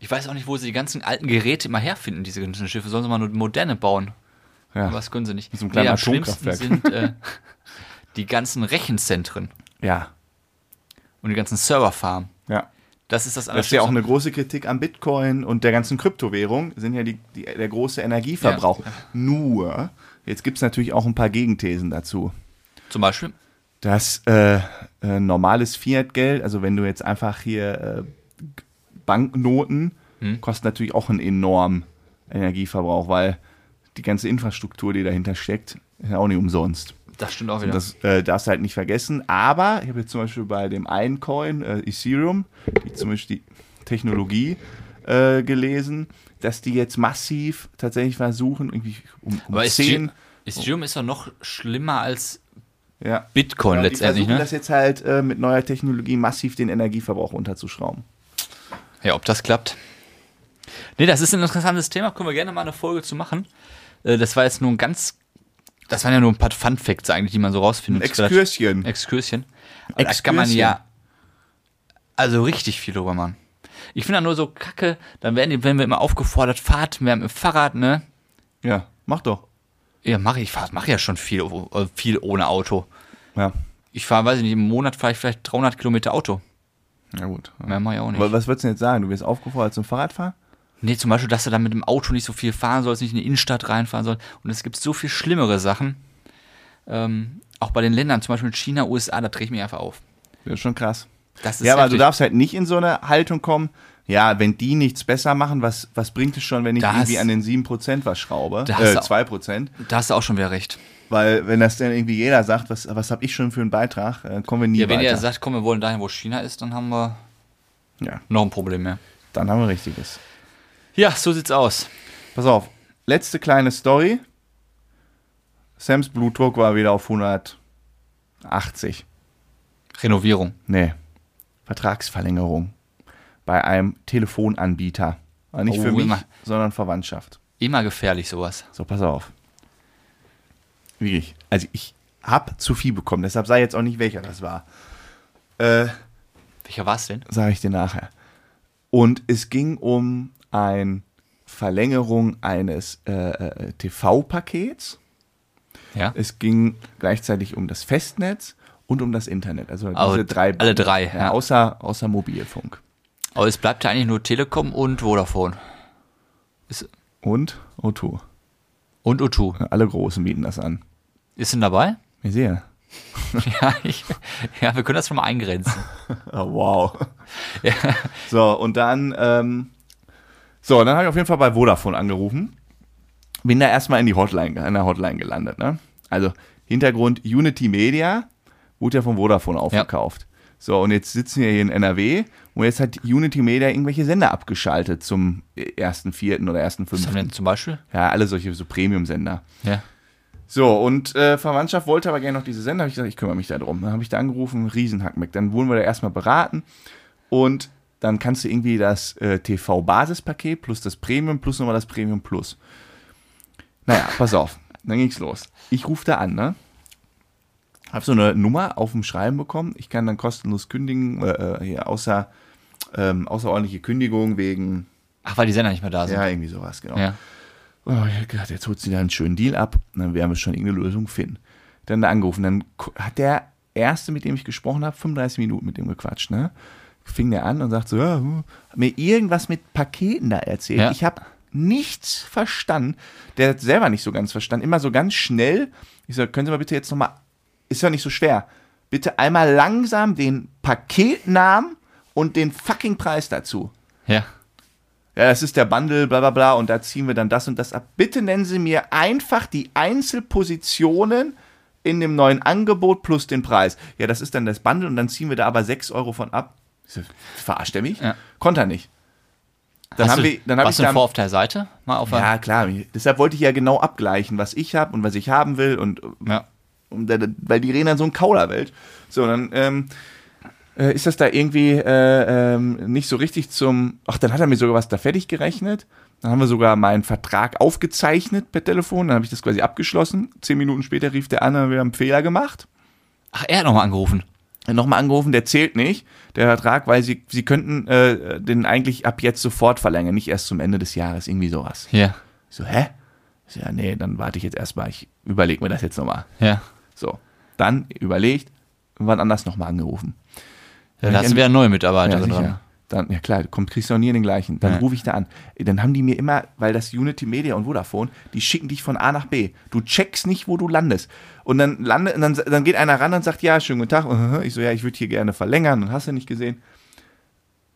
Speaker 1: Ich weiß auch nicht, wo sie die ganzen alten Geräte immer herfinden, diese ganzen Schiffe. Sollen sie mal nur moderne bauen?
Speaker 2: ja.
Speaker 1: Aber das können sie nicht.
Speaker 2: Mit so einem kleinen
Speaker 1: am schlimmsten
Speaker 2: Atomkraftwerk.
Speaker 1: sind äh, die ganzen Rechenzentren
Speaker 2: ja,
Speaker 1: und die ganzen Serverfarmen.
Speaker 2: ja.
Speaker 1: Das ist das
Speaker 2: Das ist ja auch eine große Kritik am Bitcoin und der ganzen Kryptowährung, sind ja die, die, der große Energieverbrauch. Nur, jetzt gibt es natürlich auch ein paar Gegenthesen dazu.
Speaker 1: Zum Beispiel.
Speaker 2: dass äh, äh, normales Fiat-Geld, also wenn du jetzt einfach hier äh, Banknoten, kostet natürlich auch einen enormen Energieverbrauch, weil die ganze Infrastruktur, die dahinter steckt, ist ja auch nicht umsonst.
Speaker 1: Das stimmt auch wieder.
Speaker 2: Das äh, darfst du halt nicht vergessen. Aber ich habe jetzt zum Beispiel bei dem einen Coin, äh, Ethereum, die zum Beispiel die Technologie äh, gelesen, dass die jetzt massiv tatsächlich versuchen, irgendwie um, um
Speaker 1: Aber
Speaker 2: zehn-
Speaker 1: Ethereum Ethereum ist doch noch schlimmer als
Speaker 2: ja.
Speaker 1: Bitcoin
Speaker 2: Ja,
Speaker 1: letztendlich,
Speaker 2: die versuchen
Speaker 1: ne?
Speaker 2: das jetzt halt äh, mit neuer Technologie massiv den Energieverbrauch runterzuschrauben.
Speaker 1: Ja, ob das klappt. Nee, das ist ein interessantes Thema. Können wir gerne mal eine Folge zu machen. Äh, Das war jetzt nur ein ganz. Das waren ja nur ein paar Fun Facts eigentlich, die man so rausfindet.
Speaker 2: Exkürschen.
Speaker 1: Exkürschen. Aber Da kann man
Speaker 2: Exkürschen.
Speaker 1: ja also richtig viel drüber machen. Ich finde da nur so kacke, dann werden, die, werden wir immer aufgefordert, fahrt mehr mit dem Fahrrad, ne?
Speaker 2: Ja, mach doch.
Speaker 1: Ja, mache ich, fahr- mach ja schon viel, äh, viel ohne Auto.
Speaker 2: Ja,
Speaker 1: Ich fahre, weiß ich nicht, im Monat fahre ich vielleicht 300 Kilometer Auto.
Speaker 2: na gut.
Speaker 1: Mehr mache ich auch nicht.
Speaker 2: Aber was würdest du denn jetzt sagen? Du wirst aufgefordert zum Fahrradfahren?
Speaker 1: Nee, zum Beispiel, dass du dann mit dem Auto nicht so viel fahren sollst, nicht in die Innenstadt reinfahren sollst. Und es gibt so viel schlimmere Sachen. Ähm, auch bei den Ländern, zum Beispiel in China, USA, da drehe ich mich einfach auf.
Speaker 2: Das ist schon krass.
Speaker 1: Das ist
Speaker 2: Ja, aber du
Speaker 1: heftig.
Speaker 2: darfst halt nicht in so eine Haltung kommen, ja, wenn die nichts besser machen, was, was bringt es schon, wenn ich
Speaker 1: Da
Speaker 2: irgendwie
Speaker 1: hast-
Speaker 2: an den 7% was schraube?
Speaker 1: Da hast
Speaker 2: Äh,
Speaker 1: du-
Speaker 2: 2%.
Speaker 1: da hast du auch schon wieder recht.
Speaker 2: Weil wenn das dann irgendwie jeder sagt, was, was habe ich schon für einen Beitrag, äh, kommen wir nie
Speaker 1: Ja, wenn
Speaker 2: weiter.
Speaker 1: ihr sagt, komm, wir wollen dahin, wo China ist, dann haben wir
Speaker 2: ja,
Speaker 1: noch ein Problem mehr.
Speaker 2: dann haben wir richtiges.
Speaker 1: Ja, so sieht's aus.
Speaker 2: Pass auf, letzte kleine Story. Sams Blutdruck war wieder auf 180.
Speaker 1: Renovierung.
Speaker 2: Nee. Vertragsverlängerung bei einem Telefonanbieter. Aber nicht
Speaker 1: Oh,
Speaker 2: für mich,
Speaker 1: immer.
Speaker 2: sondern Verwandtschaft.
Speaker 1: Immer gefährlich, sowas.
Speaker 2: So, pass auf. Wirklich. Also ich hab zu viel bekommen, deshalb sei jetzt auch nicht welcher das war. Äh,
Speaker 1: Welcher war's denn?
Speaker 2: sage ich dir nachher. Und es ging um eine Verlängerung eines äh, äh, TV-Pakets.
Speaker 1: Ja.
Speaker 2: Es ging gleichzeitig um das Festnetz und um das Internet. Also diese
Speaker 1: Also
Speaker 2: drei.
Speaker 1: alle drei, ja.
Speaker 2: außer, außer Mobilfunk.
Speaker 1: Aber es bleibt ja eigentlich nur Telekom und Vodafone. Ist,
Speaker 2: Und O2.
Speaker 1: und O2.
Speaker 2: Alle Großen bieten das an.
Speaker 1: Ist denn dabei?
Speaker 2: Wir sehen.
Speaker 1: ja, ich, ja, wir können das schon mal eingrenzen.
Speaker 2: Oh, wow. So, und dann, ähm, so, dann habe ich auf jeden Fall bei Vodafone angerufen. Bin da erstmal in die Hotline, in der Hotline gelandet, ne? Also, Hintergrund Unity Media wurde ja von Vodafone aufgekauft. So, und jetzt sitzen wir hier in NRW und jetzt hat Unity Media irgendwelche Sender abgeschaltet zum 1.4. oder
Speaker 1: Was haben wir
Speaker 2: 1.5.
Speaker 1: denn zum Beispiel?
Speaker 2: Ja, alle solche so Premium-Sender.
Speaker 1: Ja.
Speaker 2: So, und äh, Verwandtschaft wollte aber gerne noch diese Sender. Hab ich gesagt, ich kümmere mich da drum. Dann habe ich da angerufen, Riesenhackmeck. Dann wurden wir da erstmal beraten und dann kannst du irgendwie das äh, TV-Basispaket plus das Premium plus nochmal das Premium Plus. Naja, pass auf. Dann ging's los. Ich rufe da an, ne? Hab so eine Nummer auf dem Schreiben bekommen. Ich kann dann kostenlos kündigen, äh, äh, hier außer, ähm, außerordentliche Kündigung wegen,
Speaker 1: Ach, weil die Sender nicht mehr da sind.
Speaker 2: ja, irgendwie sowas, genau.
Speaker 1: Ja.
Speaker 2: Oh, ich hab gedacht, jetzt holt sie da einen schönen Deal ab, dann werden wir schon irgendeine Lösung finden. Dann da angerufen, dann ku- hat der Erste, mit dem ich gesprochen habe, 35 Minuten mit dem gequatscht, ne? Fing der an und sagt so, ja, hm, hat mir irgendwas mit Paketen da erzählt.
Speaker 1: Ja.
Speaker 2: Ich habe nichts verstanden. Der hat selber nicht so ganz verstanden. Immer so ganz schnell. Ich sage, können Sie mal bitte jetzt nochmal ist ja nicht so schwer. Bitte einmal langsam den Paketnamen und den fucking Preis dazu.
Speaker 1: Ja.
Speaker 2: Ja, das ist der Bundle, bla bla bla, und da ziehen wir dann das und das ab. Bitte nennen Sie mir einfach die Einzelpositionen in dem neuen Angebot plus den Preis. Ja, das ist dann das Bundle und dann ziehen wir da aber 6 Euro von ab. Ich so, Verarscht er mich?
Speaker 1: Ja.
Speaker 2: Konnte er nicht. Dann
Speaker 1: Hast
Speaker 2: haben
Speaker 1: du,
Speaker 2: wir, dann habe
Speaker 1: warst
Speaker 2: ich
Speaker 1: du
Speaker 2: da,
Speaker 1: vor auf der Seite? Mal auf der-
Speaker 2: ja klar, deshalb wollte ich ja genau abgleichen, was ich habe und was ich haben will und
Speaker 1: ja.
Speaker 2: um da- da- weil die reden dann so ein Kauderwelt. So, dann ähm, äh, ist das da irgendwie äh, ähm, nicht so richtig zum. Ach, dann hat er mir sogar was da fertig gerechnet. Dann haben wir sogar meinen Vertrag aufgezeichnet per Telefon. Dann habe ich das quasi abgeschlossen. Zehn Minuten später rief der an, wir haben einen Fehler gemacht.
Speaker 1: Ach, er hat nochmal angerufen.
Speaker 2: Dann Nochmal angerufen, der zählt nicht, der Vertrag, weil sie, sie könnten äh, den eigentlich ab jetzt sofort verlängern, nicht erst zum Ende des Jahres, irgendwie sowas.
Speaker 1: Ja.
Speaker 2: Ich so, hä? Ich so, ja, nee, dann warte ich jetzt erstmal, ich überlege mir das jetzt nochmal.
Speaker 1: Ja.
Speaker 2: So, dann überlegt, wann anders nochmal angerufen.
Speaker 1: ja da
Speaker 2: ich
Speaker 1: hast
Speaker 2: an-
Speaker 1: du wieder neue Mitarbeiterin
Speaker 2: sicher.
Speaker 1: dran.
Speaker 2: Dann, ja klar, du kommst, kriegst du auch nie den gleichen. Dann
Speaker 1: Ja.
Speaker 2: rufe ich da an. Dann haben die mir immer, weil das Unity Media und Vodafone, die schicken dich von A nach B. Du checkst nicht, wo du landest. Und dann, lande, und dann, dann geht einer ran und sagt, ja, schönen guten Tag. Und Ich so, ja, ich würde hier gerne verlängern und hast du nicht gesehen.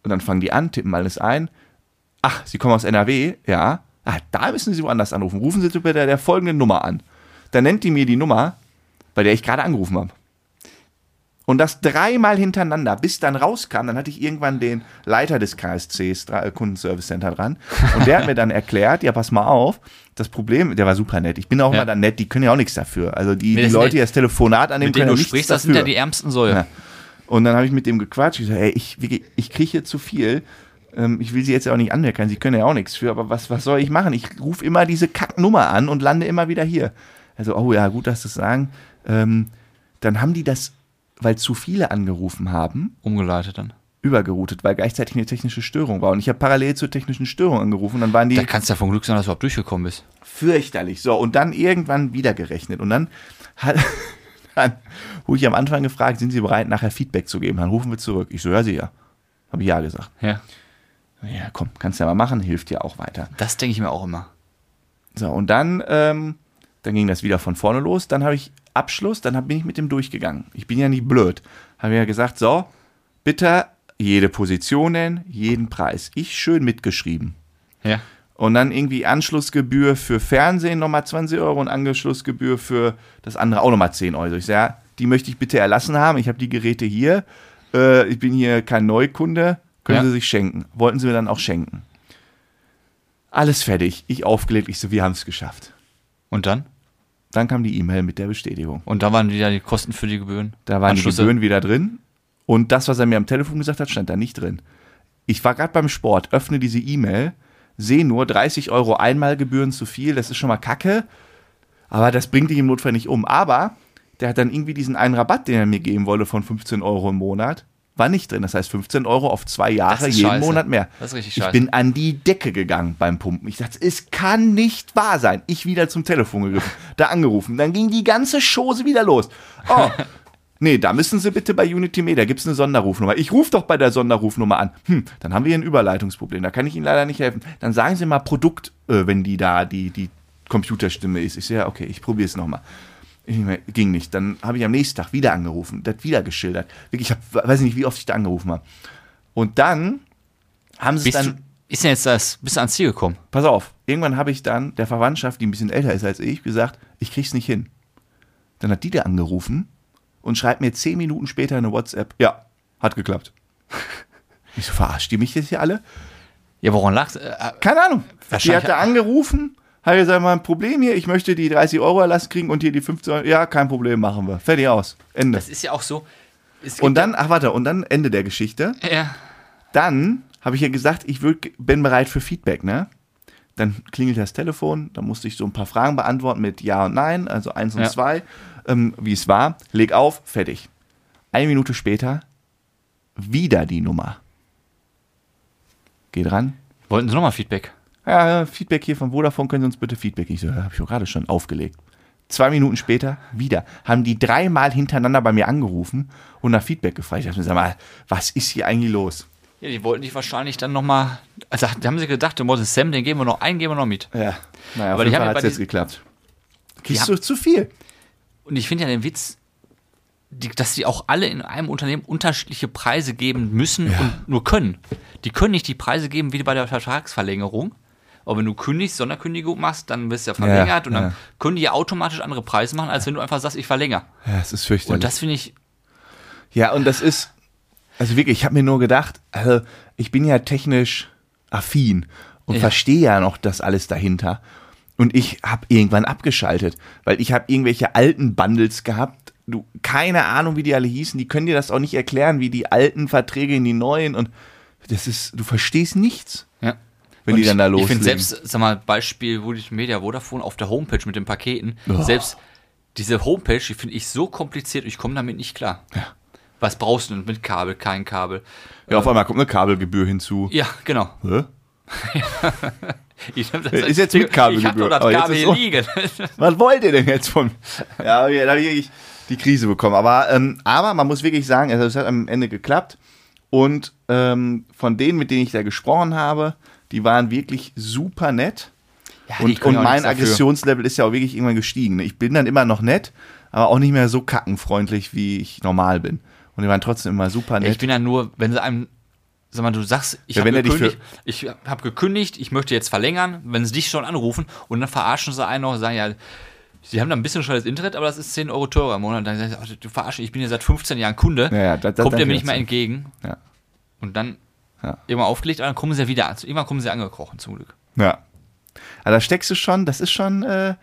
Speaker 2: Und dann fangen die an, tippen alles ein. Ach, Sie kommen aus NRW, ja. Ah, da müssen Sie woanders anrufen. Rufen Sie bitte der folgenden Nummer an. Dann nennt die mir die Nummer, bei der ich gerade angerufen habe. Und das dreimal hintereinander, bis dann rauskam, dann hatte ich irgendwann den Leiter des KSCs, Dra- äh, Kundenservice Center dran. Und der hat mir dann erklärt, ja, pass mal auf, das Problem, der war super nett. Ich bin auch
Speaker 1: Ja.
Speaker 2: mal dann nett, die können ja auch nichts dafür. Also die,
Speaker 1: Nee,
Speaker 2: die
Speaker 1: das
Speaker 2: Leute,
Speaker 1: nicht.
Speaker 2: die das Telefonat annehmen,
Speaker 1: Mit denen
Speaker 2: können
Speaker 1: du
Speaker 2: ja nichts
Speaker 1: sprichst,
Speaker 2: dafür.
Speaker 1: das sind ja die ärmsten Säue.
Speaker 2: Ja. Und dann habe ich mit dem gequatscht. Ich so, ey, ich, wirklich, ich kriege hier zu viel. Ähm, ich will sie jetzt ja auch nicht anmerken. Sie können ja auch nichts für. Aber was, was soll ich machen? Ich rufe immer diese Kacknummer an und lande immer wieder hier. Also, oh ja, gut, dass Sie das sagen. Ähm, dann haben die das, weil zu viele angerufen haben,
Speaker 1: Umgeleitet dann.
Speaker 2: übergeroutet, weil gleichzeitig eine technische Störung war. Und ich habe parallel zur technischen Störung angerufen. Dann waren die
Speaker 1: Da kannst du ja vom Glück sein, dass du überhaupt durchgekommen bist.
Speaker 2: fürchterlich. So, und dann irgendwann wiedergerechnet. Und dann hat. Dann wurde ich am Anfang gefragt, sind Sie bereit, nachher Feedback zu geben? Dann rufen wir zurück. Ich so, ja, sicher. Habe ich ja gesagt.
Speaker 1: Ja.
Speaker 2: Ja, komm, kannst ja mal machen, hilft ja auch weiter.
Speaker 1: Das denke ich mir auch immer.
Speaker 2: So, und dann, ähm, dann ging das wieder von vorne los. Dann habe ich Abschluss, dann hab, bin ich mit dem durchgegangen. Ich bin ja nicht blöd. Habe ja gesagt, so, bitte jede Position nennen, jeden Preis. Ich schön mitgeschrieben.
Speaker 1: Ja.
Speaker 2: Und dann irgendwie Anschlussgebühr für Fernsehen nochmal 20 Euro und Anschlussgebühr für das andere auch nochmal 10 Euro. Ich sage, ja, die möchte ich bitte erlassen haben. Ich habe die Geräte hier. Äh, ich bin hier kein Neukunde. Können
Speaker 1: Ja.
Speaker 2: Sie sich schenken. Wollten Sie mir dann auch schenken. Alles fertig. Ich aufgelegt. Ich so, wir haben es geschafft.
Speaker 1: Und dann?
Speaker 2: Dann kam die E-Mail mit der Bestätigung.
Speaker 1: Und da waren wieder die Kosten für die Gebühren.
Speaker 2: Da waren
Speaker 1: Anschlüsse.
Speaker 2: die Gebühren wieder drin. Und das, was er mir am Telefon gesagt hat, stand da nicht drin. Ich war gerade beim Sport, öffne diese E-Mail, sehe nur 30 Euro Einmalgebühren zu viel, das ist schon mal kacke. Aber das bringt dich im Notfall nicht um. Aber der hat dann irgendwie diesen einen Rabatt, den er mir geben wollte von 15 Euro im Monat, war nicht drin. Das heißt 15 Euro auf zwei Jahre,
Speaker 1: ist
Speaker 2: jeden
Speaker 1: scheiße.
Speaker 2: Monat mehr.
Speaker 1: Das ist richtig
Speaker 2: ich
Speaker 1: scheiße.
Speaker 2: bin an die Decke gegangen beim Pumpen. Ich dachte, es kann nicht wahr sein. Ich wieder zum Telefon gegriffen, da angerufen. Dann ging die ganze Chose wieder los. Oh, Nee, da müssen Sie bitte bei Unity Media, gibt es eine Sonderrufnummer. Ich rufe doch bei der Sonderrufnummer an. Hm, dann haben wir hier ein Überleitungsproblem, da kann ich Ihnen leider nicht helfen. Dann sagen Sie mal Produkt, äh, wenn die da die, die Computerstimme ist. Ich sehe, ja, okay, ich probiere es nochmal. Ging nicht. Dann habe ich am nächsten Tag wieder angerufen, das wieder geschildert. Wirklich, ich hab, weiß nicht, wie oft ich da angerufen habe. Und dann haben sie es
Speaker 1: Bist
Speaker 2: dann.
Speaker 1: du, ist denn jetzt das, bist du ans Ziel gekommen?
Speaker 2: Pass auf, irgendwann habe ich dann der Verwandtschaft, die ein bisschen älter ist als ich, gesagt, ich krieg's nicht hin. Dann hat die da angerufen und schreibt mir zehn Minuten später eine WhatsApp. Ja, hat geklappt. Ich so, verarscht die mich jetzt hier alle?
Speaker 1: Ja, woran lag's? Äh,
Speaker 2: Keine Ahnung. Die
Speaker 1: Wahrscheinlich-
Speaker 2: hat da angerufen, hat gesagt, mal ein Problem hier, ich möchte die 30 Euro Erlass kriegen und hier die 15 Euro. Ja, kein Problem, machen wir. Fertig aus. Ende.
Speaker 1: das ist ja auch so. es gibt
Speaker 2: Und dann, ach warte, und dann Ende der Geschichte.
Speaker 1: Ja, ja.
Speaker 2: Dann habe ich ja gesagt, ich würd, bin bereit für Feedback, ne? Dann klingelt das Telefon, dann musste ich so ein paar Fragen beantworten mit Ja und Nein, also eins und
Speaker 1: Ja.
Speaker 2: zwei, ähm, wie es war. Leg auf, fertig. Eine Minute später wieder die Nummer. Geht ran.
Speaker 1: Wollten Sie nochmal Feedback?
Speaker 2: Ja, Feedback hier von Vodafone, können Sie uns bitte Feedback? Ich so, habe ich doch gerade schon aufgelegt. Zwei Minuten später wieder. Haben die dreimal hintereinander bei mir angerufen und nach Feedback gefragt. Ich dachte mir, sag mal, was ist hier eigentlich los?
Speaker 1: Ja, die wollten dich wahrscheinlich dann nochmal. Also, da haben sie gedacht, der Mord ist Sam, den geben wir noch einen, geben wir noch mit.
Speaker 2: Ja, naja,
Speaker 1: Aber
Speaker 2: aber
Speaker 1: die
Speaker 2: die
Speaker 1: haben ja
Speaker 2: hat
Speaker 1: bei
Speaker 2: es jetzt
Speaker 1: diesen-
Speaker 2: geklappt.
Speaker 1: Die
Speaker 2: Kriegst
Speaker 1: haben-
Speaker 2: du zu viel?
Speaker 1: Und ich finde ja den Witz die, dass die auch alle in einem Unternehmen unterschiedliche Preise geben müssen und nur können. Die können nicht die Preise geben wie bei der Vertragsverlängerung. Aber wenn du kündigst, Sonderkündigung machst, dann wirst du ja verlängert und dann
Speaker 2: ja.
Speaker 1: können die ja automatisch andere Preise machen, als wenn du einfach sagst, ich verlängere.
Speaker 2: Ja, es ist
Speaker 1: Und
Speaker 2: fürchterlich.
Speaker 1: das finde ich,
Speaker 2: ja, und das ist, also wirklich, ich habe mir nur gedacht, also ich bin ja technisch affin und
Speaker 1: Ja.
Speaker 2: verstehe ja noch das alles dahinter. Und ich habe irgendwann abgeschaltet, weil ich habe irgendwelche alten Bundles gehabt. Du, keine Ahnung, wie die alle hießen. Die können dir das auch nicht erklären, wie die alten Verträge in die neuen und das ist, du verstehst nichts.
Speaker 1: ja.
Speaker 2: Wenn
Speaker 1: und
Speaker 2: die dann da
Speaker 1: Ich
Speaker 2: loslegen.
Speaker 1: finde selbst, sag mal, Beispiel Woodish Media Vodafone auf der Homepage mit den Paketen,
Speaker 2: Oh.
Speaker 1: selbst diese Homepage, die finde ich so kompliziert, ich komme damit nicht klar. Was brauchst du denn mit Kabel, kein Kabel?
Speaker 2: Ja, auf einmal kommt eine Kabelgebühr hinzu.
Speaker 1: Ja, genau.
Speaker 2: Hä?
Speaker 1: Ich hab das,
Speaker 2: Äh, Ist jetzt mit
Speaker 1: Ich hab
Speaker 2: Kabelgebühr,
Speaker 1: doch das
Speaker 2: aber jetzt
Speaker 1: Kabel
Speaker 2: ist
Speaker 1: hier
Speaker 2: so-
Speaker 1: liegen.
Speaker 2: Was wollt ihr denn jetzt von mir? Ja, hab ich- da habe ich wirklich die Krise bekommen. Aber, ähm, aber man muss wirklich sagen, also es hat am Ende geklappt. Und ähm, von denen, mit denen ich da gesprochen habe, die waren wirklich super nett.
Speaker 1: Ja, die
Speaker 2: Und,
Speaker 1: können
Speaker 2: und
Speaker 1: ja auch
Speaker 2: mein
Speaker 1: nichts dafür.
Speaker 2: Aggressionslevel ist ja auch wirklich irgendwann gestiegen. ne? Ich bin dann immer noch nett, aber auch nicht mehr so kackenfreundlich, wie ich normal bin. Und die waren trotzdem immer super
Speaker 1: Ja, ich
Speaker 2: nett.
Speaker 1: bin ja nur, wenn sie einem, sag mal, du sagst, ich
Speaker 2: Ja,
Speaker 1: habe
Speaker 2: wenn er dich
Speaker 1: gekündigt, ich habe gekündigt, ich möchte jetzt verlängern, wenn sie dich schon anrufen und dann verarschen sie einen noch und sagen, ja, sie haben da ein bisschen schnelles Internet, aber das ist 10 Euro teurer im Monat. Dann sagst du, ach, du verarschst, ich bin ja seit 15 Jahren Kunde,
Speaker 2: Ja, ja, das- das-
Speaker 1: kommt er
Speaker 2: das-
Speaker 1: mir nicht
Speaker 2: das-
Speaker 1: mehr entgegen
Speaker 2: Ja.
Speaker 1: und dann
Speaker 2: Ja.
Speaker 1: irgendwann aufgelegt, aber dann kommen sie ja wieder, also irgendwann kommen sie angekrochen zum Glück.
Speaker 2: Ja. Aber da steckst du schon, das ist schon, äh,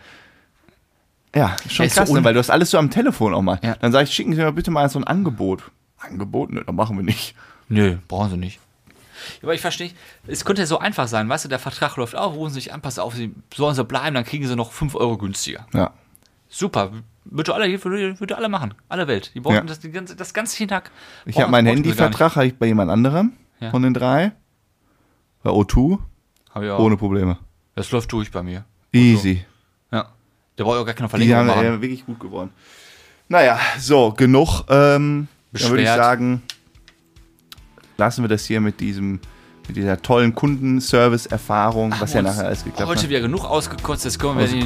Speaker 2: ja, ist schon
Speaker 1: Ja, ist so
Speaker 2: krass, ne?
Speaker 1: un-
Speaker 2: weil du hast alles so am Telefon auch mal.
Speaker 1: Ja.
Speaker 2: Dann sag ich, schicken Sie mir bitte mal so ein Angebot. Angebot? Ne, das machen wir nicht.
Speaker 1: Nö, brauchen sie nicht. Aber ich verstehe, nicht, es könnte ja so einfach sein, weißt du, der Vertrag läuft auf, rufen sie sich an, pass auf, sie sollen so bleiben, dann kriegen sie noch 5 Euro günstiger.
Speaker 2: Ja.
Speaker 1: Super. Würde alle, würde, würde alle machen. Alle Welt. Die brauchen
Speaker 2: Ja.
Speaker 1: das, die ganze, das ganze jeden Tag.
Speaker 2: Ich
Speaker 1: brauchen-
Speaker 2: habe meinen
Speaker 1: brauchen Oh, wir gar
Speaker 2: Handyvertrag hab ich bei jemand anderem
Speaker 1: Ja.
Speaker 2: von den drei. Bei O2,
Speaker 1: nicht. Hab ich auch.
Speaker 2: ohne Probleme.
Speaker 1: Das läuft durch bei mir.
Speaker 2: Easy.
Speaker 1: Ja. Der braucht auch gar keine
Speaker 2: Die
Speaker 1: Verlängerung
Speaker 2: haben
Speaker 1: machen.
Speaker 2: äh, wirklich gut geworden. Naja, so, genug. Ähm, dann würde ich
Speaker 1: Beschwert.
Speaker 2: sagen, lassen wir das hier mit diesem, mit dieser tollen Kundenservice-Erfahrung, was ja
Speaker 1: Haben uns
Speaker 2: nachher alles geklappt hat.
Speaker 1: Heute wieder genug ausgekotzt. Jetzt können wir in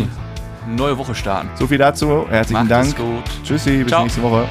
Speaker 1: die neue Woche starten.
Speaker 2: So viel dazu. Herzlichen
Speaker 1: Macht es
Speaker 2: Dank.
Speaker 1: gut.
Speaker 2: Tschüssi, bis
Speaker 1: Ciao.
Speaker 2: nächste Woche.